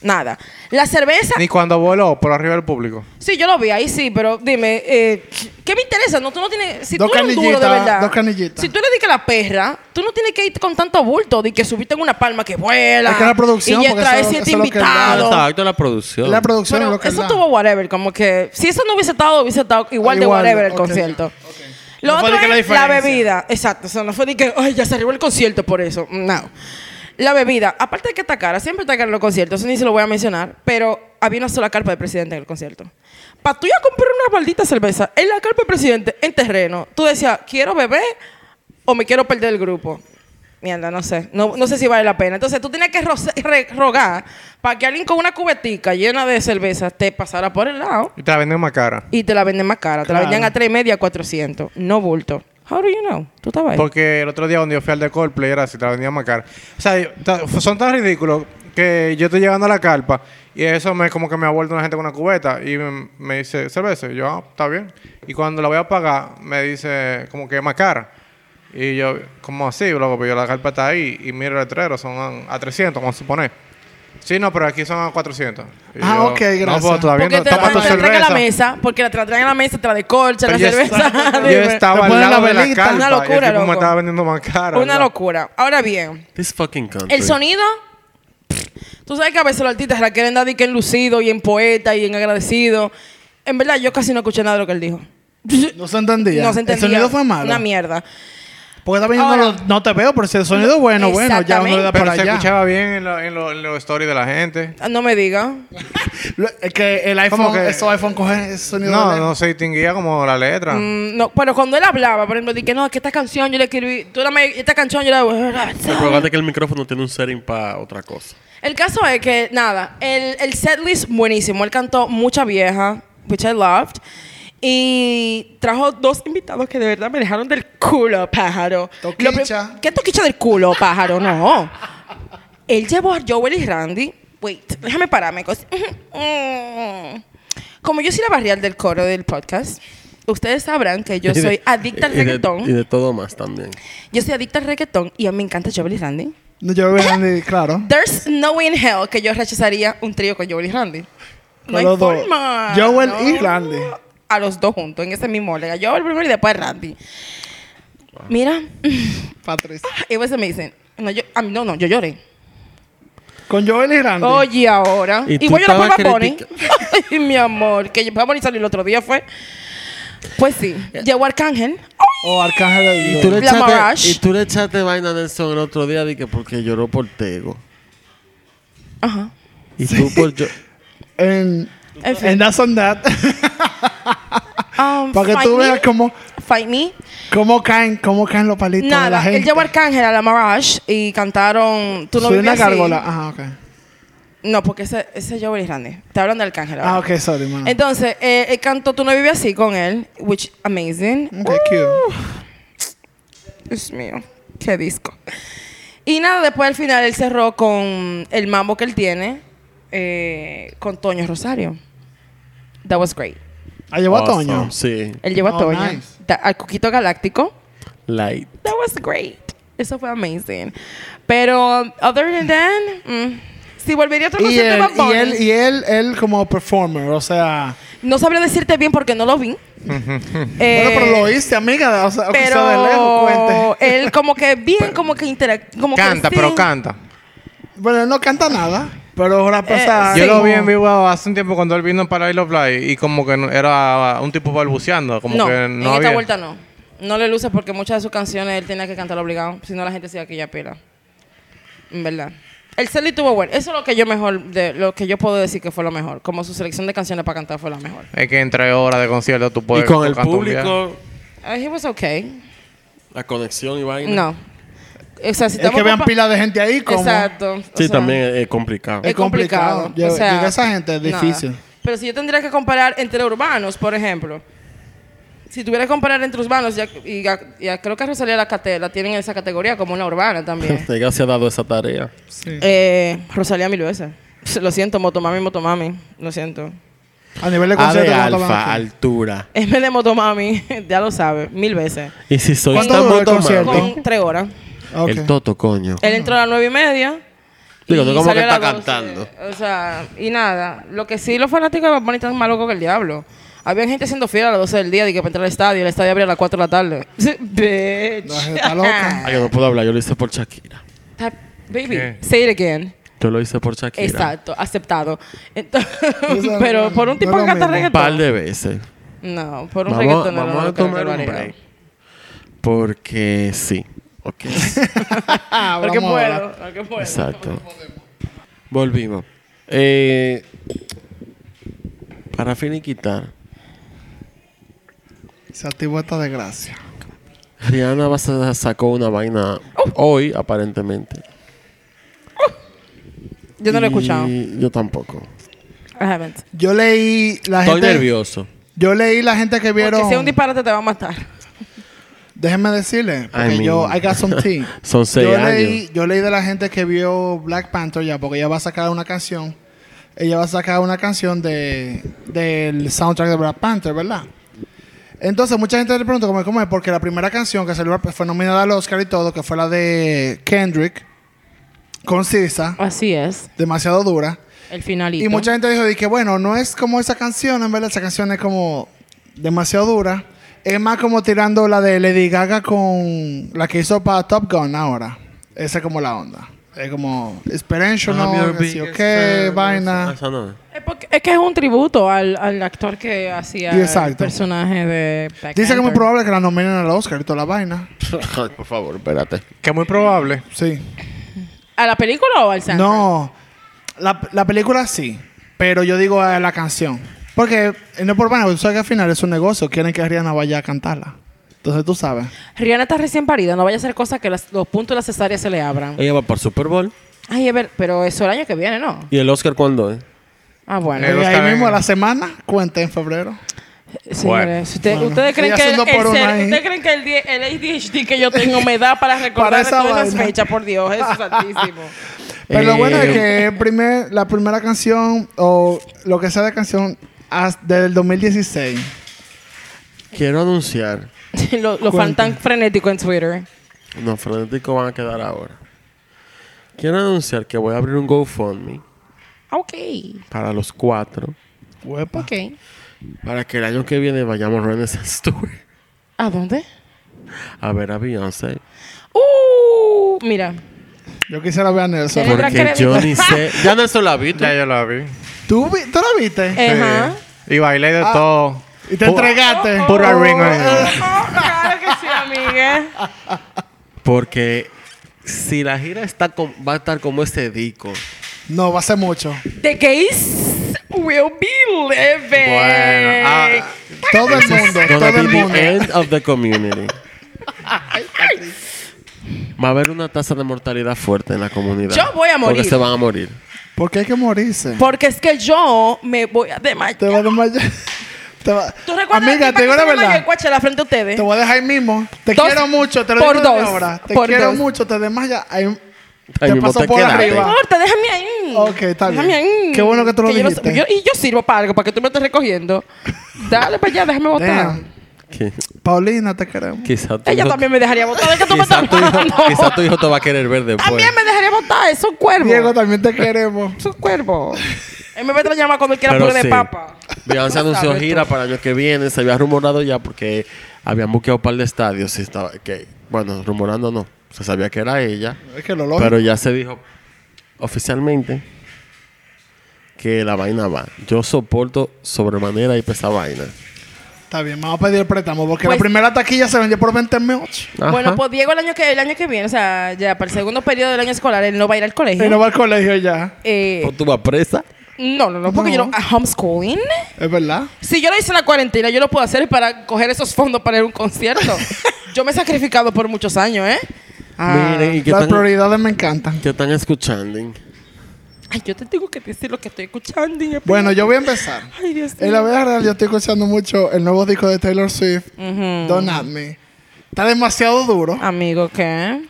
Speaker 2: Nada. La cerveza.
Speaker 5: Ni cuando voló por arriba del público.
Speaker 2: Sí, yo lo vi ahí, sí, pero dime, eh, ¿qué me interesa? No, tú no tienes. Si
Speaker 3: Dos
Speaker 2: tú eres un duro de
Speaker 3: canillitas,
Speaker 2: verdad.
Speaker 3: dos canillitas.
Speaker 2: Si tú le dices la perra, tú no tienes que ir con tanto bulto de que subiste en una palma que vuela.
Speaker 3: Es que la producción,
Speaker 2: Y ya
Speaker 3: porque
Speaker 2: trae
Speaker 3: eso-
Speaker 2: siete
Speaker 3: eso es lo que él da.
Speaker 4: Ah,
Speaker 2: invitados.
Speaker 4: Exacto, la producción.
Speaker 3: La producción es
Speaker 2: Pero
Speaker 3: lo que
Speaker 2: eso
Speaker 3: da.
Speaker 2: tuvo whatever, como que si eso no hubiese estado, hubiese estado igual,
Speaker 3: Ah, Igual,
Speaker 2: de whatever el
Speaker 3: ok,
Speaker 2: concierto.
Speaker 3: ok.
Speaker 2: Lo
Speaker 3: No fue
Speaker 2: otro
Speaker 3: de que la
Speaker 2: es la
Speaker 3: diferencia.
Speaker 2: bebida, exacto. O sea, no fue de que, ay, ya se arribó el concierto por eso. No. La bebida, aparte de que está cara, siempre está cara en los conciertos, eso ni se lo voy a mencionar, pero había una sola carpa de presidente en el concierto. Para tú ya comprar una maldita cerveza en la carpa de presidente, en terreno, tú decías, quiero beber o me quiero perder el grupo. Mierda, no sé, no, no sé si vale la pena. Entonces tú tienes que roce- re- rogar para que alguien con una cubetica llena de cerveza te pasara por el lado
Speaker 5: Y te la venden más cara.
Speaker 2: y te la venden más cara. Te la
Speaker 3: Claro.
Speaker 2: vendían a tres y media, 400, no bulto. How do you know? Tú estabas ahí.
Speaker 5: Porque el otro día cuando yo fui al de Coldplay era así, te la vendían más cara. O sea, yo- ta- son tan ridículos que yo estoy llegando a la carpa y eso me como que me ha vuelto una gente con una cubeta y me, me dice, cerveza. Y yo, ah, está bien. Y cuando la voy a pagar, me dice como que más cara. Y yo, como así? Loco, pero yo la carpa está ahí y miro el letrero, son a, a 300, vamos a suponer. Sí, no, pero aquí son a 400. Y
Speaker 3: Ah, ok,
Speaker 5: No,
Speaker 3: gracias.
Speaker 5: pues todavía
Speaker 2: Porque
Speaker 5: no
Speaker 2: te la,
Speaker 5: toma tu
Speaker 2: te la traen a
Speaker 5: cerveza.
Speaker 2: la mesa, porque la, te la traen a la mesa, te la decolchan, la
Speaker 5: Pero yo,
Speaker 2: cerveza.
Speaker 5: yo
Speaker 2: dime.
Speaker 5: estaba
Speaker 3: Te
Speaker 5: al
Speaker 3: ponen
Speaker 5: lado
Speaker 3: la
Speaker 5: de la
Speaker 3: velita.
Speaker 5: carpa
Speaker 2: Una
Speaker 5: y el
Speaker 2: locura,
Speaker 5: tipo
Speaker 2: loco.
Speaker 5: me estaba vendiendo más cara.
Speaker 2: Una
Speaker 5: ¿verdad?
Speaker 2: locura. Ahora bien,
Speaker 4: This fucking country.
Speaker 2: el sonido. Tú sabes que a veces los artistas la quieren dar de que en lucido y en poeta y en agradecido. En verdad, yo casi no escuché nada de lo que él dijo.
Speaker 3: No se entendía.
Speaker 2: No se entendía.
Speaker 3: El sonido fue malo.
Speaker 2: Una mierda.
Speaker 3: Porque estaba viendo
Speaker 2: Ahora-
Speaker 3: los- no te veo, pero si el sonido es bueno, bueno, ya uno le da
Speaker 5: Pero
Speaker 3: para
Speaker 5: se
Speaker 3: allá.
Speaker 5: escuchaba bien en, lo- en lo- en los stories de la gente.
Speaker 2: Ah, No me diga.
Speaker 3: Lo- es que el
Speaker 5: ¿Cómo
Speaker 3: iPhone,
Speaker 5: que?
Speaker 3: esos iPhone cogen ese sonido.
Speaker 5: No,
Speaker 3: de-
Speaker 5: no se distinguía como la letra.
Speaker 2: Mm, no, pero cuando él hablaba, por ejemplo, dije, no, es que esta canción yo la escribí. Tú dame esta canción yo la.
Speaker 4: Recuerda que el micrófono tiene un setting para otra cosa.
Speaker 2: El caso es que, nada, el, el setlist buenísimo. Él cantó Mucha Vieja, which I loved. Y trajo dos invitados que de verdad me dejaron del culo, pájaro.
Speaker 3: Toquicha.
Speaker 2: Lo pri- ¿Qué toquicha del culo, pájaro? No. Él llevó a Joel y Randy. Wait, déjame pararme. cos- Mm. Como yo soy la barrial del coro del podcast, ustedes sabrán que yo
Speaker 4: Y de-
Speaker 2: soy adicta al
Speaker 4: y de-
Speaker 2: reggaetón.
Speaker 4: Y de todo más también.
Speaker 2: Yo soy adicta al reggaetón y a mí me encanta Joel y Randy.
Speaker 3: No, yo veo Andy, claro.
Speaker 2: There's no way in hell que yo rechazaría un trío con Joel y Randy. No
Speaker 3: Con
Speaker 2: hay
Speaker 3: los dos.
Speaker 2: forma.
Speaker 3: Joel
Speaker 2: No.
Speaker 3: y Randy.
Speaker 2: A los dos juntos, en ese mismo orden. A Joel primero y después Randy. Mira,
Speaker 3: Patricia.
Speaker 2: y veces me dicen, no, yo, a mí, no, no, yo lloré.
Speaker 3: Con Joel y Randy.
Speaker 2: Oye, ahora.
Speaker 4: Y tú
Speaker 2: Igual yo no fui
Speaker 4: estabas
Speaker 2: a Bad Bunny. Ay, mi amor, que Bad Bunny salió el otro día, fue. Pues sí, llegó Arcángel.
Speaker 3: O Arcángel de
Speaker 4: Y tú, le
Speaker 2: La Mirage.
Speaker 4: echaste, y tú le echaste vaina a Nelson el otro día de que porque lloró por Tego.
Speaker 2: Ajá.
Speaker 4: Y tú por yo.
Speaker 3: En,
Speaker 2: En fin.
Speaker 3: en That's on That.
Speaker 2: Um,
Speaker 3: Para que
Speaker 2: Fight
Speaker 3: tú
Speaker 2: Me,
Speaker 3: veas cómo,
Speaker 2: Fight Me.
Speaker 3: cómo, caen, cómo caen los palitos de la
Speaker 2: Nada,
Speaker 3: gente.
Speaker 2: él llevó a Arcángel a la Mirage y cantaron Tú no
Speaker 3: Soy
Speaker 2: vives
Speaker 3: una
Speaker 2: así.
Speaker 3: gárgola. Ajá, ok.
Speaker 2: No, porque ese, ese es Joel y Randy. Te hablan del Arcángel ahora.
Speaker 3: Ah, ok, sorry, mano.
Speaker 2: Entonces, eh, él cantó Tú no vives así con él, which amazing. Oh,
Speaker 3: Ok, cute.
Speaker 2: Dios mío, qué disco. Y nada, después al final él cerró con el mambo que él tiene eh, con Toño Rosario. That was great.
Speaker 3: Ah, llevó a
Speaker 4: Awesome,
Speaker 3: Toño.
Speaker 4: Sí.
Speaker 2: Él llevó a
Speaker 3: Oh,
Speaker 2: Toño
Speaker 3: nice.
Speaker 2: da- al Cuquito Galáctico.
Speaker 4: Light.
Speaker 2: That was great. Eso fue amazing. Pero, other than that, mm, si volvería a otro
Speaker 3: Y,
Speaker 2: concierto de
Speaker 3: él,
Speaker 2: Bad
Speaker 3: y, él,
Speaker 2: Bunny,
Speaker 3: y él, él como performer, o sea...
Speaker 2: no sabría decirte bien porque no lo vi. Eh,
Speaker 3: bueno, pero lo oíste, amiga, o sea, aunque sea de lejos,
Speaker 2: pero
Speaker 3: cuente.
Speaker 2: él como que bien, como que interactúa. Como que
Speaker 5: canta,
Speaker 2: sí.
Speaker 5: pero canta.
Speaker 3: Bueno, él no canta nada, pero ahora pasa...
Speaker 2: Eh, Ah, Sí.
Speaker 5: Yo lo vi en vivo hace un tiempo cuando él vino para Isle of Light y como que no- era un tipo balbuceando, como
Speaker 2: no,
Speaker 5: que
Speaker 2: en
Speaker 5: no
Speaker 2: esta
Speaker 5: había.
Speaker 2: vuelta no. No le luce porque muchas de sus canciones él tenía que cantar obligado, si no la gente se iba a quillar pila. En verdad. El Celly tuvo bueno. Eso es lo que yo mejor, de, lo que yo puedo decir que fue lo mejor. Como su selección de canciones para cantar fue la mejor.
Speaker 5: Es que entre horas de concierto tú
Speaker 4: Y
Speaker 5: puedes.
Speaker 4: con el
Speaker 5: tocar todo día.
Speaker 4: público,
Speaker 2: Ah, he was okay.
Speaker 4: la conexión y vaina.
Speaker 2: No. O sea, si
Speaker 3: Es que
Speaker 2: estamos
Speaker 3: vean
Speaker 2: compa-
Speaker 3: pila de gente ahí como...
Speaker 2: Exacto. O
Speaker 4: Sí,
Speaker 2: sea,
Speaker 4: también es, es complicado.
Speaker 2: Es
Speaker 3: Es
Speaker 2: complicado. O
Speaker 3: complicado. Llega-
Speaker 2: sea,
Speaker 3: llega esa gente, es
Speaker 2: nada.
Speaker 3: difícil.
Speaker 2: Pero si yo tendría que comparar entre urbanos, por ejemplo. Si tuviera que comparar entre urbanos, ya, y, ya- ya creo que Rosalía la, cate- la tienen en esa categoría como una urbana también.
Speaker 4: Tego se ha dado esa tarea.
Speaker 3: Sí.
Speaker 2: eh, Rosalía mil veces. Lo siento, Motomami, Motomami. Lo siento.
Speaker 3: A nivel de
Speaker 4: A de
Speaker 3: concierto... ¿cuánto van
Speaker 4: alfa,
Speaker 3: aquí?
Speaker 4: altura.
Speaker 2: M de Motomami, ya lo sabe, mil veces.
Speaker 4: Y si soy
Speaker 3: ¿Cuánto
Speaker 4: tan
Speaker 3: duró el
Speaker 4: motomami?
Speaker 3: concierto?
Speaker 2: Con tres horas.
Speaker 3: Ok.
Speaker 4: El Toto, coño.
Speaker 2: Él entró a las nueve y media.
Speaker 4: Digo, no como
Speaker 2: salió
Speaker 4: que
Speaker 2: a
Speaker 4: está
Speaker 2: las 12.
Speaker 4: cantando.
Speaker 2: O sea, y nada. Lo que sí, los fanáticos de Bad Bunny están más locos que el diablo. Había gente haciendo fiesta a las 12 del día de que para entrar al estadio. El estadio abría a las 4 de la tarde. Sí, Bitch.
Speaker 3: La gente está loca.
Speaker 4: Ay, yo no puedo hablar. Yo lo hice por Shakira.
Speaker 2: Ta- Baby,
Speaker 5: ¿Qué?
Speaker 2: say it again.
Speaker 4: Yo lo hice por Shakira.
Speaker 2: Exacto, aceptado. Entonces,
Speaker 3: Eso
Speaker 2: pero
Speaker 3: no-
Speaker 2: por un
Speaker 3: no
Speaker 2: tipo
Speaker 3: es
Speaker 2: que
Speaker 3: lo
Speaker 2: canta
Speaker 3: mismo.
Speaker 4: Un par
Speaker 2: reggaetón.
Speaker 4: de veces.
Speaker 2: No, por un
Speaker 4: Vamos,
Speaker 2: reggaetón no,
Speaker 4: vamos
Speaker 2: no
Speaker 4: a
Speaker 2: creo que
Speaker 4: tomar
Speaker 2: lo
Speaker 4: un
Speaker 2: haría.
Speaker 4: break. Porque sí. Ok.
Speaker 3: Ah,
Speaker 2: Porque
Speaker 3: vamos ahora.
Speaker 2: puedo, porque puedo.
Speaker 4: Exacto. Volvimos. Eh, para finiquitar,
Speaker 3: Se activó esta desgracia.
Speaker 4: Rihanna va a sa- sacó una vaina hoy, aparentemente.
Speaker 2: Yo no lo he escuchado.
Speaker 4: Y Yo tampoco.
Speaker 2: I haven't.
Speaker 3: Yo leí la
Speaker 4: Estoy
Speaker 3: gente.
Speaker 4: nervioso.
Speaker 3: Yo leí la gente que vieron.
Speaker 2: Porque si es un disparate te va a matar.
Speaker 3: Déjenme decirle, porque
Speaker 4: I mean,
Speaker 3: yo I got some tea.
Speaker 4: Son seis
Speaker 3: yo
Speaker 4: años.
Speaker 3: leí, yo leí de la gente que vio Black Panther ya, porque ella va a sacar una canción. Ella va a sacar una canción de del soundtrack de Black Panther, ¿verdad? Entonces, mucha gente le pregunta cómo es, cómo es, porque la primera canción que salió fue nominada al Oscar y todo, que fue la de Kendrick, concisa,
Speaker 2: Así es.
Speaker 3: demasiado dura.
Speaker 2: El finalito.
Speaker 3: Y mucha gente dijo, de que bueno, no es como esa canción, en verdad, esa canción es como demasiado dura. Es más como tirando la de Lady Gaga con la que hizo para Top Gun ahora. Esa es como la onda. Es como inspirational, así, ok,
Speaker 2: Ah.
Speaker 3: vaina.
Speaker 4: Esa no es.
Speaker 2: Es, porque- es que es un tributo al, al actor que hacía
Speaker 3: Y exacto.
Speaker 2: el personaje de Black
Speaker 3: Dice que es muy
Speaker 2: Panther.
Speaker 3: probable que la nominen al Oscar y toda la vaina.
Speaker 4: Ay, Por favor, espérate.
Speaker 5: Que es muy probable.
Speaker 3: Sí.
Speaker 2: ¿A la película o al soundtrack?
Speaker 3: No, la, la película sí, pero yo digo a la canción. Porque eh, no por vaina, porque tú sabes que al final es un negocio, quieren que Rihanna vaya a cantarla. Entonces tú sabes.
Speaker 2: Rihanna está recién parida. No vaya a ser cosa que las- los puntos de las cesáreas se le abran.
Speaker 4: Ella va para el Super Bowl.
Speaker 2: Ay, es ver, pero eso el año que viene, ¿no?
Speaker 4: ¿Y el Oscar cuándo es?
Speaker 2: Ah, bueno.
Speaker 3: Y
Speaker 5: Eh, Oscar
Speaker 3: ahí mismo
Speaker 5: en-
Speaker 3: la semana cuenta en febrero.
Speaker 2: Señores,
Speaker 5: bueno.
Speaker 2: si usted-
Speaker 3: Bueno.
Speaker 2: ¿ustedes, creen
Speaker 3: Ella
Speaker 2: que el,
Speaker 3: haciendo por
Speaker 2: el
Speaker 3: una
Speaker 2: ser-
Speaker 3: ahí.
Speaker 2: ¿ustedes creen que el, die- el ADHD que yo tengo me da para
Speaker 3: Para
Speaker 2: recordar
Speaker 3: esa
Speaker 2: todas las
Speaker 3: vaina.
Speaker 2: fechas? Por Dios, eso es santísimo.
Speaker 3: Pero lo
Speaker 4: Eh,
Speaker 3: bueno es que el primer, la primera canción o lo que sea de canción as- del 2016.
Speaker 4: Quiero anunciar.
Speaker 2: Los lo fan tan frenético en Twitter.
Speaker 4: No, frenético van a quedar ahora. Quiero anunciar que voy a abrir un GoFundMe
Speaker 2: Ok,
Speaker 4: para los cuatro.
Speaker 3: Huepa.
Speaker 2: ok.
Speaker 4: Para que el año que viene vayamos a Renaissance Tour
Speaker 2: ¿A dónde?
Speaker 4: a ver a Beyoncé.
Speaker 3: Ah.
Speaker 2: Uh, mira.
Speaker 3: Yo quisiera ver a Nelson.
Speaker 2: ¿Tiene otra
Speaker 4: Porque
Speaker 2: crédito?
Speaker 4: yo ni sé. Ya Nelson la vi.
Speaker 5: Ya yo la vi.
Speaker 3: ¿Tú, vi- tú la viste?
Speaker 2: Eh.
Speaker 5: Sí.
Speaker 2: Ajá.
Speaker 5: Y bailé
Speaker 2: Ah.
Speaker 5: de todo.
Speaker 3: Y te
Speaker 5: Pu-
Speaker 3: entregaste.
Speaker 5: Pura ring on it.
Speaker 2: Oh, claro que sí, amiga.
Speaker 4: Porque si la gira está com- va a estar como ese disco.
Speaker 3: No, va a ser mucho.
Speaker 2: The gays will be living.
Speaker 5: Bueno, ah,
Speaker 3: Todo el mundo,
Speaker 4: Gonna
Speaker 3: todo
Speaker 4: be
Speaker 3: el
Speaker 4: the
Speaker 3: mundo.
Speaker 4: end of the community. Va a haber una tasa de mortalidad fuerte en la comunidad.
Speaker 2: Yo voy a morir.
Speaker 4: Porque se van a morir.
Speaker 3: Porque hay que morirse.
Speaker 2: Porque es que yo me voy a
Speaker 3: Te va a
Speaker 2: desmayar.
Speaker 3: desmayar. Te va-
Speaker 2: ¿Tú recuerdas la
Speaker 3: Amiga,
Speaker 2: tipa
Speaker 3: te digo
Speaker 2: que
Speaker 3: la
Speaker 2: se desmayó en
Speaker 3: verdad.
Speaker 2: Coachella frente a ustedes?
Speaker 3: Te voy a dejar ahí mismo. Te
Speaker 2: Eh, Dos-
Speaker 3: quiero mucho. Te lo
Speaker 2: por
Speaker 3: digo desde
Speaker 2: dos,
Speaker 3: ahora. Te
Speaker 2: por
Speaker 3: quiero
Speaker 2: dos.
Speaker 3: mucho. Te desmayas. Ahí-
Speaker 4: Ahí
Speaker 3: Te
Speaker 4: mismo
Speaker 3: pasó
Speaker 4: te
Speaker 3: por
Speaker 4: quedaste.
Speaker 2: No
Speaker 3: arriba.
Speaker 2: importa, déjame ahí.
Speaker 3: Ok, está bien.
Speaker 2: Déjame ahí.
Speaker 3: Qué bueno que tú lo
Speaker 2: yo no-
Speaker 3: dijiste.
Speaker 2: yo- y yo sirvo para algo, para que tú me estés recogiendo. Dale para allá, déjame votar.
Speaker 3: Damn.
Speaker 4: Qui-
Speaker 3: Paulina, te queremos.
Speaker 4: Quizá tu
Speaker 2: Ella
Speaker 4: hijo-
Speaker 2: también me dejaría votar. ¿De qué tú me
Speaker 4: quizá
Speaker 2: estás
Speaker 4: tu hijo-
Speaker 2: hablando?
Speaker 4: quizá tu hijo te va a querer ver después.
Speaker 2: También me dejaría votar. Es un cuervo.
Speaker 3: Diego, también te queremos.
Speaker 2: Es un cuervo. Él me va a llamar cuando él quiera
Speaker 4: Pero
Speaker 2: puré
Speaker 4: sí.
Speaker 2: de papa.
Speaker 4: Beyoncé
Speaker 2: Tú
Speaker 4: anunció
Speaker 2: sabes,
Speaker 4: gira
Speaker 2: tú.
Speaker 4: para el año que viene. Se había rumorado ya porque habían buqueado un par de estadios. Y estaba, que, bueno, rumorando no. Se sabía que era ella.
Speaker 3: Es que lo lógico.
Speaker 4: Pero ya se dijo oficialmente que la vaina va. Yo soporto sobremanera y pesa vaina.
Speaker 3: Está bien, vamos a pedir el préstamo porque
Speaker 2: Pues-
Speaker 3: la primera taquilla se vendió por 20 mil.
Speaker 4: Ajá.
Speaker 2: Bueno, pues Diego el año, que, el año que viene, o sea, ya para el segundo periodo del año escolar, él no va a ir al colegio.
Speaker 3: Y no va al colegio ya.
Speaker 2: Eh,
Speaker 4: ¿Pues tú vas presa?
Speaker 2: no, no, no, porque
Speaker 3: No.
Speaker 2: yo no... a homeschooling.
Speaker 3: Es verdad.
Speaker 2: Si yo lo hice en la cuarentena, yo lo puedo hacer para coger esos fondos para ir a un concierto. yo me he sacrificado por muchos años, ¿eh? Ah.
Speaker 4: Miren, ¿y qué
Speaker 3: Las
Speaker 4: están,
Speaker 3: prioridades me encantan.
Speaker 4: qué están escuchando?
Speaker 2: Ay, yo te tengo que decir lo que estoy escuchando. y-
Speaker 3: Bueno, yo voy a empezar.
Speaker 2: Ay, Dios mío.
Speaker 3: En la vida real yo estoy escuchando mucho el nuevo disco de Taylor Swift,
Speaker 2: Mm.
Speaker 3: Don't At Me. Está demasiado duro.
Speaker 2: Amigo, ¿qué?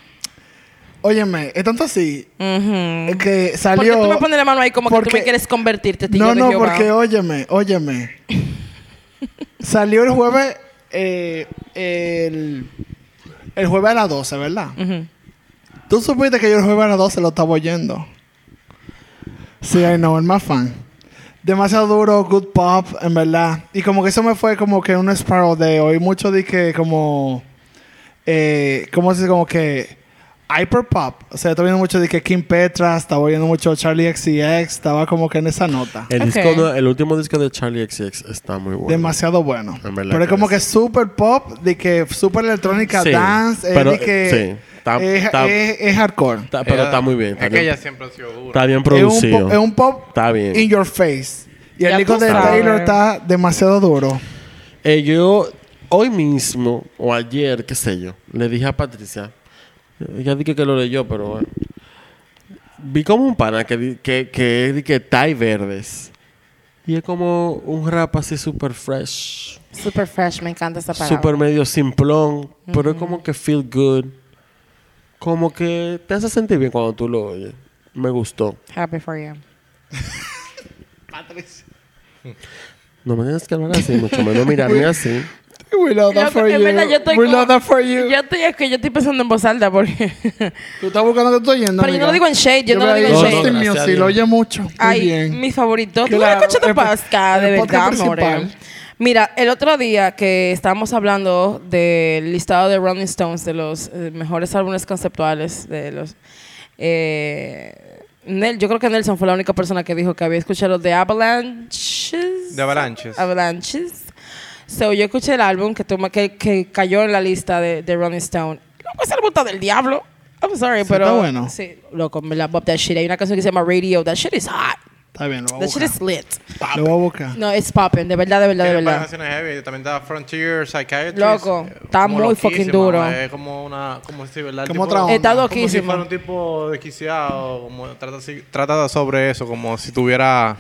Speaker 3: Óyeme, es tanto así
Speaker 2: Ujú.
Speaker 3: eh, que
Speaker 2: ¿Por qué
Speaker 3: salió...
Speaker 2: Mm. tú me pones la mano ahí como que tú
Speaker 3: porque-
Speaker 2: me quieres convertirte, tío
Speaker 3: No,
Speaker 2: de
Speaker 3: no,
Speaker 2: Jehová?
Speaker 3: porque óyeme, óyeme. Salió el jueves, eh, el, el jueves a las 12, ¿verdad?
Speaker 2: Ujú.
Speaker 3: Tú supiste que yo el jueves a las 12 lo estaba oyendo. Sí, I know, el más fan. Demasiado duro, good pop, en verdad. Y como que eso me fue como que un sparrow de oír mucho de que como... Eh, ¿Cómo se dice? Como que... hyperpop. O sea, yo estaba viendo mucho de que Kim Petra, estaba oyendo mucho Charlie XCX, estaba como que en esa nota.
Speaker 4: El,
Speaker 2: Ok.
Speaker 4: disco no- el último disco de Charlie XX está muy bueno.
Speaker 3: Demasiado bueno.
Speaker 4: En verdad
Speaker 3: Pero es
Speaker 4: que
Speaker 3: como
Speaker 4: sí.
Speaker 3: que super pop, de que super electrónica,
Speaker 4: Sí,
Speaker 3: dance, es
Speaker 4: pero,
Speaker 3: de que
Speaker 4: eh, sí, está-
Speaker 3: es,
Speaker 4: está-
Speaker 3: es- es hardcore.
Speaker 4: Está- pero
Speaker 2: Eh,
Speaker 5: Ella-
Speaker 4: está muy bien. Está,
Speaker 5: Aquella
Speaker 4: bien,
Speaker 5: siempre ha sido dura.
Speaker 4: está bien
Speaker 3: Es un,
Speaker 4: producido.
Speaker 3: pop, es un pop
Speaker 4: Está bien.
Speaker 3: in your face. Y el
Speaker 2: Ya
Speaker 3: disco
Speaker 2: tú
Speaker 3: de
Speaker 2: sabes.
Speaker 3: Taylor está demasiado duro.
Speaker 4: Eh, yo hoy mismo o ayer, qué sé yo, le dije a Patricia, ella dije que lo leyó, pero eh, vi como un pana que, di- que, que es de que Tai Verdes. Y es como un rap así super fresh,
Speaker 2: Super fresh, me encanta esa palabra.
Speaker 4: super medio simplón, pero es como que feel good. Como que te hace sentir bien cuando tú lo oyes. Me gustó.
Speaker 2: Happy for you.
Speaker 4: No me tienes que hablar así, mucho menos mirarme así.
Speaker 3: We love that for you.
Speaker 2: en verdad yo estoy
Speaker 3: We
Speaker 2: como-
Speaker 3: love that for you.
Speaker 2: Yo estoy, es que yo estoy pensando en voz alta porque...
Speaker 3: Tú estás buscando que estoy yendo.
Speaker 2: Pero yo no lo digo en shade, yo no lo digo en
Speaker 4: digo-
Speaker 2: shade.
Speaker 4: No, no, gracias a
Speaker 3: sí,
Speaker 4: Dios.
Speaker 3: lo oye mucho. Muy
Speaker 2: Ay,
Speaker 3: bien.
Speaker 2: mi favorito. Tú
Speaker 3: Claro,
Speaker 2: no escuchas
Speaker 3: el po-
Speaker 2: Pasca, de
Speaker 3: el
Speaker 2: verdad,
Speaker 3: podcast
Speaker 2: amor.
Speaker 3: principal.
Speaker 2: Mira, el otro día que estábamos hablando del listado de Rolling Stones, de los eh, mejores álbumes conceptuales, de los. eh, Nel, yo creo que Nelson fue la única persona que dijo que había escuchado de Avalanches.
Speaker 5: De Avalanches.
Speaker 2: Avalanches. So, yo escuché el álbum que, toma, que, que cayó en la lista de, de Rolling Stone. Loco, ese álbum está del diablo. I'm sorry,
Speaker 3: Sí,
Speaker 2: pero.
Speaker 3: está bueno.
Speaker 2: Sí, loco, me la pop that shit. Hay una canción que se llama Radio. That shit is hot.
Speaker 3: Está bien, lo voy a
Speaker 2: That shit
Speaker 3: buscar.
Speaker 2: is lit.
Speaker 3: Lo voy a buscar.
Speaker 2: No, it's popping. De verdad, de verdad, de
Speaker 5: Tiene varias
Speaker 2: verdad.
Speaker 5: canciones heavy. También está Frontier Psychiatrist.
Speaker 2: Loco,
Speaker 5: eh,
Speaker 2: está
Speaker 5: como
Speaker 2: muy fucking
Speaker 5: loquísima, eh,
Speaker 2: duro.
Speaker 5: Es como una... Como, si, ¿verdad? El
Speaker 3: Como
Speaker 5: tipo-
Speaker 3: otra onda.
Speaker 2: Está
Speaker 5: Como si fuera
Speaker 2: loquísimo.
Speaker 5: un tipo desquiciado, como trata, así- trata sobre eso, como si tuviera...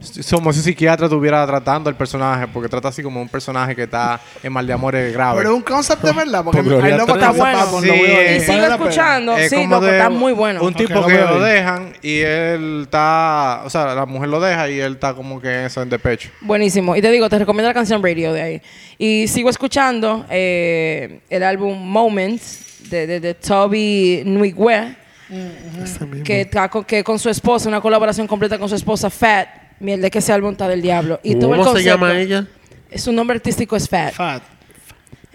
Speaker 5: si- Como si un psiquiatra estuviera tratando el personaje, porque trata así como un personaje que está en mal de amores grave.
Speaker 3: Pero es un concept de verdad, porque
Speaker 4: Por Gloria
Speaker 3: I love
Speaker 4: Trevi.
Speaker 3: that
Speaker 2: Está bueno.
Speaker 3: Zapapon, lo voy a
Speaker 5: Sí,
Speaker 3: oír.
Speaker 2: Y
Speaker 5: eh,
Speaker 2: sigo
Speaker 3: Vale la pena.
Speaker 2: escuchando.
Speaker 5: Es
Speaker 2: Sí,
Speaker 5: como
Speaker 2: loco,
Speaker 5: de
Speaker 2: está muy bueno.
Speaker 5: Un tipo
Speaker 3: Ok, lo
Speaker 5: que
Speaker 3: voy a
Speaker 5: lo
Speaker 3: ver.
Speaker 5: dejan y él está... O sea, la mujer lo deja y él está como que en eso, en despecho.
Speaker 2: Buenísimo. Y te digo, te recomiendo la canción Radio de ahí. Y sigo escuchando eh, el álbum Moments de, de, de Toby Nwigwe,
Speaker 3: Mm-hmm.
Speaker 2: que, está con- que con su esposa, una colaboración completa con su esposa Fat. Mierda, que ese álbum está del diablo. Y todo el
Speaker 4: ¿Cómo se
Speaker 2: concepto-
Speaker 4: llama ella?
Speaker 2: Su nombre artístico es Fat.
Speaker 3: Fat.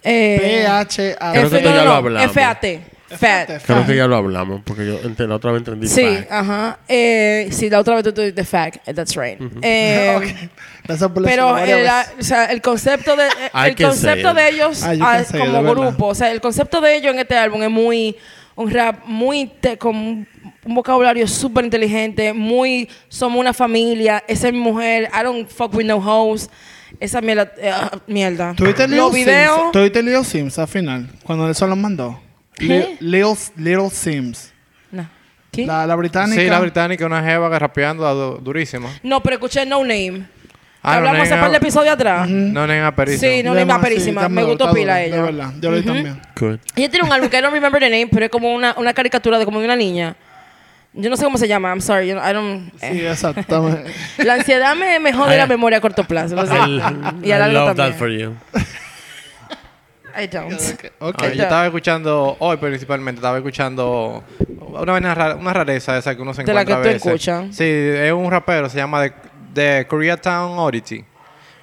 Speaker 2: Eh,
Speaker 3: P-H-A.
Speaker 4: Creo que
Speaker 2: F-
Speaker 4: esto
Speaker 2: no,
Speaker 4: ya lo
Speaker 2: no, no,
Speaker 4: hablamos.
Speaker 2: F-A-T. Fat.
Speaker 4: Creo que ya lo hablamos, porque yo ent- la otra vez entendí.
Speaker 2: Ah. Sí,
Speaker 4: pack.
Speaker 2: ajá. Eh, sí, la otra vez tú tú dijiste fact, eh, that's right. Eh,
Speaker 3: Gracias por
Speaker 2: Pero
Speaker 3: decirlo
Speaker 2: el,
Speaker 3: varias
Speaker 2: o sea, el concepto de eh,
Speaker 4: I
Speaker 2: el
Speaker 4: can say
Speaker 2: concepto
Speaker 4: it.
Speaker 2: de ellos
Speaker 3: pues. Ah, you can
Speaker 2: ah,
Speaker 3: say it,
Speaker 2: como
Speaker 3: de verdad.
Speaker 2: grupo, o sea, el concepto de ellos en este álbum es muy un rap muy inte- con un un vocabulario súper inteligente, muy somos una familia, esa es mi mujer, I don't fuck with no hoes. Esa mierda. eh, ah, mierda.
Speaker 3: ¿Tuviste Lil
Speaker 2: Los
Speaker 3: Sims?
Speaker 2: videos.
Speaker 3: ¿Tuviste Lil Sims al final? Cuando eso los mandó. Li-
Speaker 2: ¿Qué?
Speaker 3: Lil, Lil Sims.
Speaker 2: No. ¿Qué?
Speaker 3: La, la británica.
Speaker 5: Sí, la británica, una jeva que rapeando la du- durísima.
Speaker 2: No, pero escuché No Name.
Speaker 5: Ah, No
Speaker 2: Hablamos hace
Speaker 5: Name,
Speaker 2: par de
Speaker 5: ah.
Speaker 2: episodios atrás.
Speaker 5: No, no, en aparicio.
Speaker 2: Sí, no, no,
Speaker 3: Demasi-
Speaker 2: está perísima.
Speaker 3: está
Speaker 2: Me
Speaker 3: duro,
Speaker 2: gustó
Speaker 3: está
Speaker 2: pila
Speaker 3: duro,
Speaker 2: ella.
Speaker 3: De verdad. Yo lo vi también.
Speaker 4: Good.
Speaker 2: Ella tiene este un álbum que I don't remember the name, pero es como una, una caricatura de como de una niña. Yo no sé cómo se llama, I'm sorry. you know, I don't, eh.
Speaker 3: Sí, exactamente.
Speaker 2: La ansiedad me, me jode la
Speaker 4: I-
Speaker 2: memoria a corto plazo. lo sé.
Speaker 4: El-
Speaker 2: Ah, y a
Speaker 4: I
Speaker 2: largo
Speaker 4: love that
Speaker 2: también.
Speaker 4: for you.
Speaker 2: I don't.
Speaker 3: ok.
Speaker 5: Ah, yo estaba escuchando, hoy principalmente, estaba escuchando una, vaina rara- una rareza esa que uno se
Speaker 2: De la
Speaker 5: encuentra
Speaker 2: que
Speaker 5: a
Speaker 2: tú
Speaker 5: veces.
Speaker 2: escuchas.
Speaker 5: Sí, es un rapero, se llama The, The Koreatown Oddity.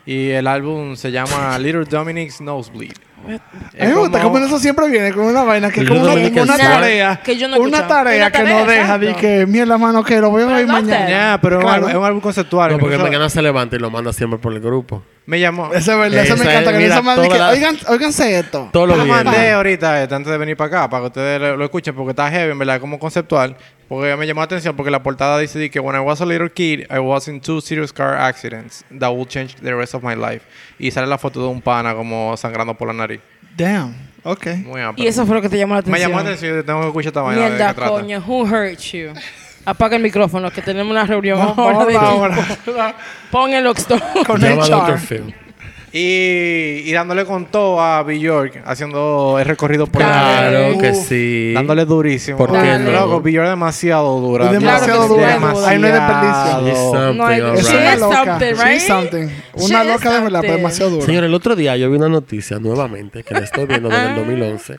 Speaker 5: Y el álbum se llama Little Dominic's Nosebleed.
Speaker 3: A mí me gusta cómo eso siempre viene con una vaina que es como
Speaker 4: Yo
Speaker 3: una,
Speaker 4: no vi que
Speaker 3: una
Speaker 4: sea.
Speaker 3: tarea.
Speaker 2: Eh, Que yo no he
Speaker 3: ¿eh? una
Speaker 2: escuchado.
Speaker 3: tarea
Speaker 2: Una
Speaker 3: que
Speaker 2: tarea,
Speaker 3: no deja de
Speaker 2: exacto.
Speaker 3: que mierda mano que lo voy a
Speaker 2: Pero
Speaker 3: ver
Speaker 2: no
Speaker 3: mañana.
Speaker 2: te-
Speaker 5: Ya, pero es un
Speaker 3: Claro.
Speaker 5: álbum- es un álbum conceptual.
Speaker 4: No, porque
Speaker 5: incluso-
Speaker 4: mañana se levanta y lo manda siempre por el grupo.
Speaker 5: me llamó.
Speaker 3: Esa es verdad, eso
Speaker 4: Esa
Speaker 3: me
Speaker 4: es,
Speaker 3: encanta. Que
Speaker 4: mira,
Speaker 3: esa madre
Speaker 4: toda
Speaker 3: que,
Speaker 4: la-
Speaker 3: oigan, oiganse esto.
Speaker 4: Todo lo
Speaker 5: Lo mandé
Speaker 4: viene.
Speaker 5: ahorita eh, antes de venir para acá para que ustedes lo, lo escuchen porque está heavy, en verdad, como conceptual. Porque me llamó la atención porque la portada dice de que when I was a little kid, I was in two serious car accidents that would change the rest of my life. Y sale la foto de un pana como sangrando por la nariz.
Speaker 3: Damn. Ok.
Speaker 5: Muy amplio.
Speaker 2: Y eso fue lo que te llamó la atención.
Speaker 5: me llamó la atención y tengo que escuchar esta vaina. a ver de
Speaker 2: Mierda,
Speaker 5: qué trata.
Speaker 2: coño. Who hurt you? Apaga el micrófono, que tenemos una reunión
Speaker 3: Vamos
Speaker 2: ahora. de
Speaker 3: ahora.
Speaker 2: equipo. Pon el Oxton.
Speaker 3: Con
Speaker 4: Llama a Dr.
Speaker 3: HR.
Speaker 4: Phil.
Speaker 5: Y, y dándole con todo a Bjork haciendo el recorrido por la
Speaker 4: Claro
Speaker 3: Uf.
Speaker 4: que sí.
Speaker 5: Dándole durísimo.
Speaker 4: ¿Por
Speaker 2: qué no?
Speaker 5: Loco, Bjork demasiado dura.
Speaker 3: Es
Speaker 2: demasiado
Speaker 5: Bjork,
Speaker 2: dura.
Speaker 5: demasiado
Speaker 2: Ahí
Speaker 3: no hay desperdicio.
Speaker 4: She's something,
Speaker 2: No hay-
Speaker 4: all
Speaker 3: Es
Speaker 2: She
Speaker 3: una
Speaker 2: is
Speaker 4: right.
Speaker 3: loca.
Speaker 2: something,
Speaker 3: She is
Speaker 2: right?
Speaker 3: something.
Speaker 2: She
Speaker 3: Una
Speaker 2: is
Speaker 3: loca de verdad, pero
Speaker 2: something.
Speaker 3: demasiado dura.
Speaker 4: Señor, el otro día yo vi una noticia nuevamente que la estoy viendo desde el 2011.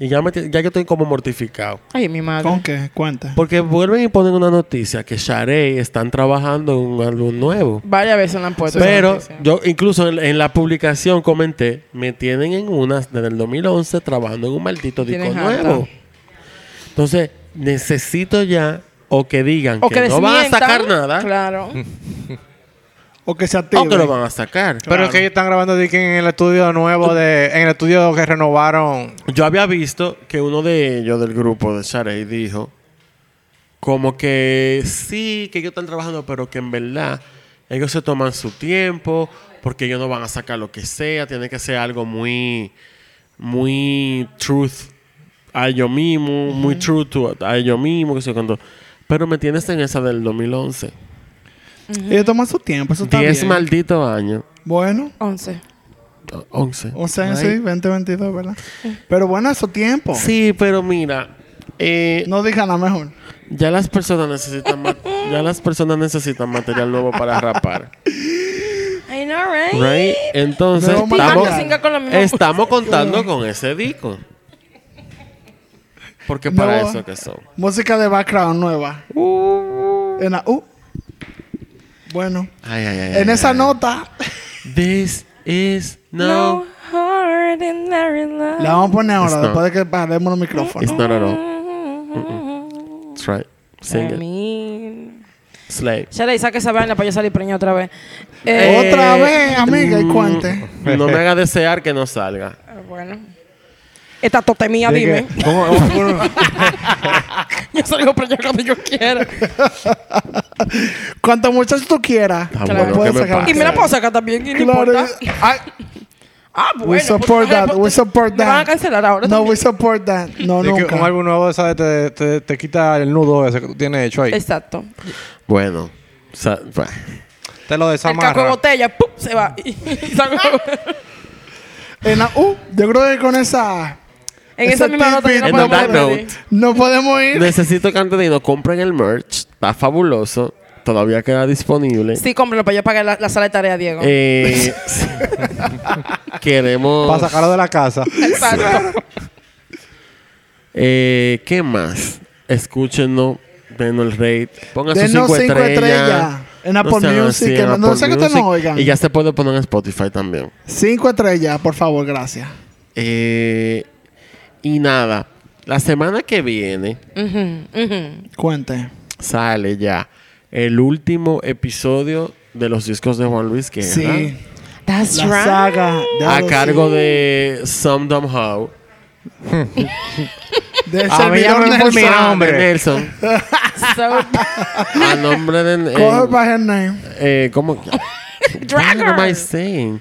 Speaker 4: Y ya, me ti- ya yo estoy como mortificado.
Speaker 2: Ay, mi madre.
Speaker 3: ¿Con qué? Cuenta.
Speaker 4: Porque vuelven y ponen una noticia que Sharey están trabajando en un álbum nuevo.
Speaker 2: Varias veces la han puesto.
Speaker 4: Pero
Speaker 2: esa noticia.
Speaker 4: yo incluso en, en la publicación comenté, me tienen en unas desde el 2011 trabajando en un maldito disco
Speaker 2: Tienes harta.
Speaker 4: nuevo. Entonces, necesito ya o que digan
Speaker 2: o
Speaker 4: que,
Speaker 2: que,
Speaker 4: no van a
Speaker 2: desmientan,
Speaker 4: sacar nada Mm.
Speaker 2: Claro.
Speaker 3: O que se active.
Speaker 4: o que lo van a sacar.
Speaker 5: Pero es que ellos están grabando de que en el estudio nuevo de... En el estudio que renovaron...
Speaker 4: Yo había visto que uno de ellos del grupo de Sharey dijo como que sí, que ellos están trabajando, pero que en verdad ellos se toman su tiempo porque ellos no van a sacar lo que sea, tiene que ser algo muy muy truth a yo mismo, muy true to a yo mismo, que sé yo cuánto. Pero me tienes en esa del 2011.
Speaker 3: Ellos toman su tiempo, eso está
Speaker 4: Diez
Speaker 3: bien.
Speaker 4: malditos años.
Speaker 3: Bueno,
Speaker 2: 11.
Speaker 4: O- 11.
Speaker 3: 11 años,
Speaker 4: Ay.
Speaker 3: sí, 20, 22, ¿verdad? Pero bueno, eso tiempo.
Speaker 4: Sí, pero mira. Eh,
Speaker 3: No digan nada mejor.
Speaker 4: Ya las personas necesitan ma- ya las personas necesitan material nuevo para rapar.
Speaker 2: I know, right?
Speaker 4: Right? Entonces
Speaker 3: Nuevo
Speaker 4: estamos,
Speaker 3: material.
Speaker 2: Singa con la misma
Speaker 4: estamos contando con ese disco. Porque para
Speaker 3: Nuevo-
Speaker 4: eso que son.
Speaker 3: Música de background nueva. En la- uh. Bueno,
Speaker 4: Ay, ay, ay,
Speaker 3: en
Speaker 4: ay,
Speaker 3: esa
Speaker 4: ay.
Speaker 3: nota
Speaker 4: This is no,
Speaker 2: No ordinary love.
Speaker 3: la vamos a poner ahora,
Speaker 4: It's
Speaker 3: después de que paremos los
Speaker 4: it's
Speaker 3: micrófonos.
Speaker 4: not at all. That's right. Sing
Speaker 2: I
Speaker 4: it.
Speaker 2: mean.
Speaker 4: Slay.
Speaker 2: Sharey, saque esa vaina para yo salir preñada otra vez. Eh,
Speaker 3: Otra vez, amiga, y
Speaker 4: Mm,
Speaker 3: cuente.
Speaker 4: No me haga desear que no salga.
Speaker 2: Bueno. Esta totemía,
Speaker 5: de
Speaker 2: Ah, dime.
Speaker 5: que- ¿Cómo- cómo- cómo-
Speaker 2: Yo salgo preñada cuando yo quiera.
Speaker 3: Cuantas muchachos tú quieras.
Speaker 4: Tan
Speaker 2: Claro.
Speaker 4: bueno que me
Speaker 3: Puedes sacar.
Speaker 2: Y me la
Speaker 4: pase.
Speaker 2: puedo sacar también, ¿qué
Speaker 3: Claro.
Speaker 2: importa?
Speaker 3: Ay,
Speaker 2: Ah, bueno.
Speaker 3: we support
Speaker 2: pues,
Speaker 3: that. We support
Speaker 2: Me van a
Speaker 3: that.
Speaker 2: cancelar ahora
Speaker 3: No,
Speaker 2: también.
Speaker 3: we support that. No,
Speaker 5: de que un
Speaker 3: nunca.
Speaker 5: álbum nuevo, ¿sabes? Te, te- te quita el nudo ese que tú tienes hecho ahí.
Speaker 2: Exacto.
Speaker 4: Bueno. sa- bah.
Speaker 5: Te lo
Speaker 2: El caco de
Speaker 5: desamarra.
Speaker 2: botella, ¡pum! se va. Y salgo
Speaker 3: En la- uh, yo creo que con esa
Speaker 2: en esa
Speaker 3: Ese
Speaker 2: misma nota yo no
Speaker 3: típico-
Speaker 4: And
Speaker 2: puedo
Speaker 4: on that
Speaker 2: perder.
Speaker 4: note,
Speaker 3: no podemos ir.
Speaker 4: Necesito que antes de irnos compren el merch. Está fabuloso. Todavía queda disponible.
Speaker 2: Sí, cómpralo para yo pagar la, la sala de tarea, Diego.
Speaker 4: Eh,
Speaker 5: Para
Speaker 4: queremos...
Speaker 5: sacarlo de la casa.
Speaker 2: Exacto.
Speaker 4: eh, ¿Qué más? Escúchenos. Denos el rate. Pónganse
Speaker 3: Denos
Speaker 4: cinco,
Speaker 3: cinco
Speaker 4: estrellas.
Speaker 3: estrellas. En Apple
Speaker 4: sean
Speaker 3: Music,
Speaker 4: así,
Speaker 3: que no- no sé que ustedes no oigan.
Speaker 4: Y ya se puede poner en Spotify también.
Speaker 3: Cinco estrellas, por favor, gracias.
Speaker 4: Eh, y nada. La semana que viene
Speaker 2: Ujú, ujú.
Speaker 3: Cuente.
Speaker 4: sale ya el último episodio de los discos de Juan Luis Guerra.
Speaker 3: Sí.
Speaker 2: That's
Speaker 3: La
Speaker 2: right.
Speaker 3: saga de
Speaker 4: A
Speaker 3: Adolf-
Speaker 4: cargo de Some Dumb How.
Speaker 3: del
Speaker 2: Ah,
Speaker 5: A mí ya
Speaker 3: servidor
Speaker 5: me
Speaker 3: Nelson.
Speaker 5: fulminó.
Speaker 4: Ah, de
Speaker 5: hombre.
Speaker 4: Nelson.
Speaker 2: So,
Speaker 4: A nombre de.
Speaker 3: Coge
Speaker 4: eh,
Speaker 3: by her name.
Speaker 4: eh, ¿Cómo?
Speaker 2: drag
Speaker 4: What am I
Speaker 2: her.
Speaker 4: saying?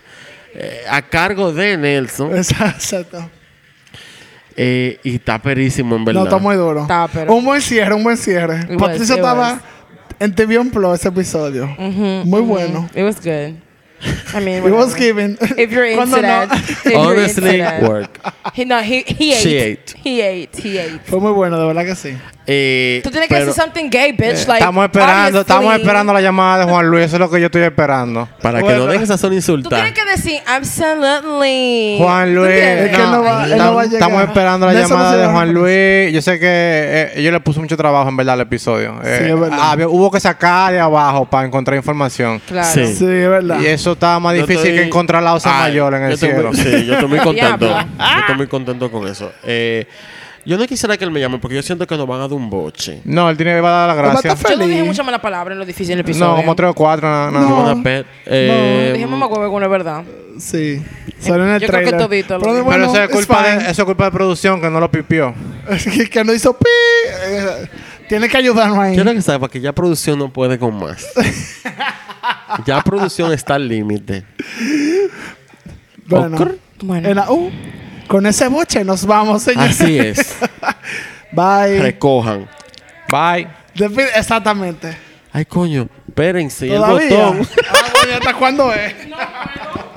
Speaker 4: Eh, a cargo de Nelson.
Speaker 3: Exacto.
Speaker 4: Eh, y está perísimo, en
Speaker 3: No,
Speaker 4: verdad.
Speaker 3: está muy duro.
Speaker 2: Está, pero-
Speaker 3: Un buen cierre, un buen cierre.
Speaker 2: It was,
Speaker 3: Patricia
Speaker 2: it
Speaker 3: estaba
Speaker 2: was.
Speaker 3: en TV on Plus ese episodio. muy bueno.
Speaker 2: It was good. I mean,
Speaker 3: It was
Speaker 2: whatever.
Speaker 3: given.
Speaker 2: If you're into
Speaker 3: Cuando no-
Speaker 2: that, if you're into
Speaker 4: Honestly,
Speaker 2: that.
Speaker 4: work.
Speaker 2: He, no, he, he ate.
Speaker 4: She ate.
Speaker 2: He ate. He ate.
Speaker 3: Fue muy bueno, de verdad que sí.
Speaker 4: Eh,
Speaker 2: Tú tienes que
Speaker 4: pero
Speaker 2: decir something gay, bitch. like,
Speaker 5: Estamos esperando, estamos
Speaker 2: obviously.
Speaker 5: esperando la llamada de Juan Luis. Eso es lo que yo estoy esperando.
Speaker 4: Para que
Speaker 3: Bueno.
Speaker 4: no dejes a Son
Speaker 2: Tú
Speaker 4: insultar.
Speaker 2: tienes que decir, absolutely.
Speaker 5: Juan
Speaker 2: ¿Tú
Speaker 5: Luis.
Speaker 2: entiendes?
Speaker 3: Es que él no va- él no
Speaker 5: Estamos-
Speaker 3: va a llegar.
Speaker 5: Estamos esperando la
Speaker 3: De eso no
Speaker 5: llamada
Speaker 3: se
Speaker 5: de
Speaker 3: va a
Speaker 5: Juan
Speaker 3: reconocer.
Speaker 5: Luis. Yo sé que eh, ellos le puso mucho trabajo, en verdad, al episodio. Eh,
Speaker 3: Sí, es verdad.
Speaker 5: había- hubo que sacar de abajo para encontrar información.
Speaker 2: Claro.
Speaker 4: Sí.
Speaker 3: Sí, es verdad.
Speaker 5: Y eso estaba más
Speaker 4: Yo
Speaker 5: difícil
Speaker 4: estoy-
Speaker 5: que encontrar la osa
Speaker 4: Ay,
Speaker 5: mayor en
Speaker 4: yo
Speaker 5: el
Speaker 4: estoy
Speaker 5: cielo.
Speaker 4: muy- sí, yo estoy muy contento.
Speaker 2: Diablo.
Speaker 4: yo estoy muy contento con eso. Eh, yo no quisiera que él me llame porque yo siento que nos van a dar un boche.
Speaker 5: No, el dinero va a dar las
Speaker 3: Pero
Speaker 5: gracias.
Speaker 3: está
Speaker 2: Yo no dije
Speaker 3: Feliz.
Speaker 2: muchas malas palabras en lo difícil del episodio.
Speaker 5: No, como tres o cuatro, nada. nada.
Speaker 3: No.
Speaker 4: Una Ah, pe- eh,
Speaker 2: Dije mamá huevo con la verdad.
Speaker 3: Sí. Salió en el
Speaker 2: Yo creo que
Speaker 3: trailer.
Speaker 2: todito lo vi.
Speaker 5: Pero eso, es
Speaker 3: it's
Speaker 5: culpa de,
Speaker 3: fine.
Speaker 5: eso es culpa de producción que no lo pipió.
Speaker 3: que, que no hizo pi. eh, tiene que ayudarnos ahí.
Speaker 4: Quiero que sepa que ya producción no puede con más. ya producción está al límite.
Speaker 3: Bueno,
Speaker 4: Ocr.
Speaker 2: Bueno.
Speaker 3: en la U, con ese boche nos vamos, señores.
Speaker 4: Así es.
Speaker 3: Bye.
Speaker 4: Recojan.
Speaker 5: Bye.
Speaker 3: Defi- Exactamente.
Speaker 4: Ay, coño. Espérense. y El
Speaker 3: Todavía.
Speaker 4: botón.
Speaker 3: Ah, bueno, ¿Hasta cuándo es?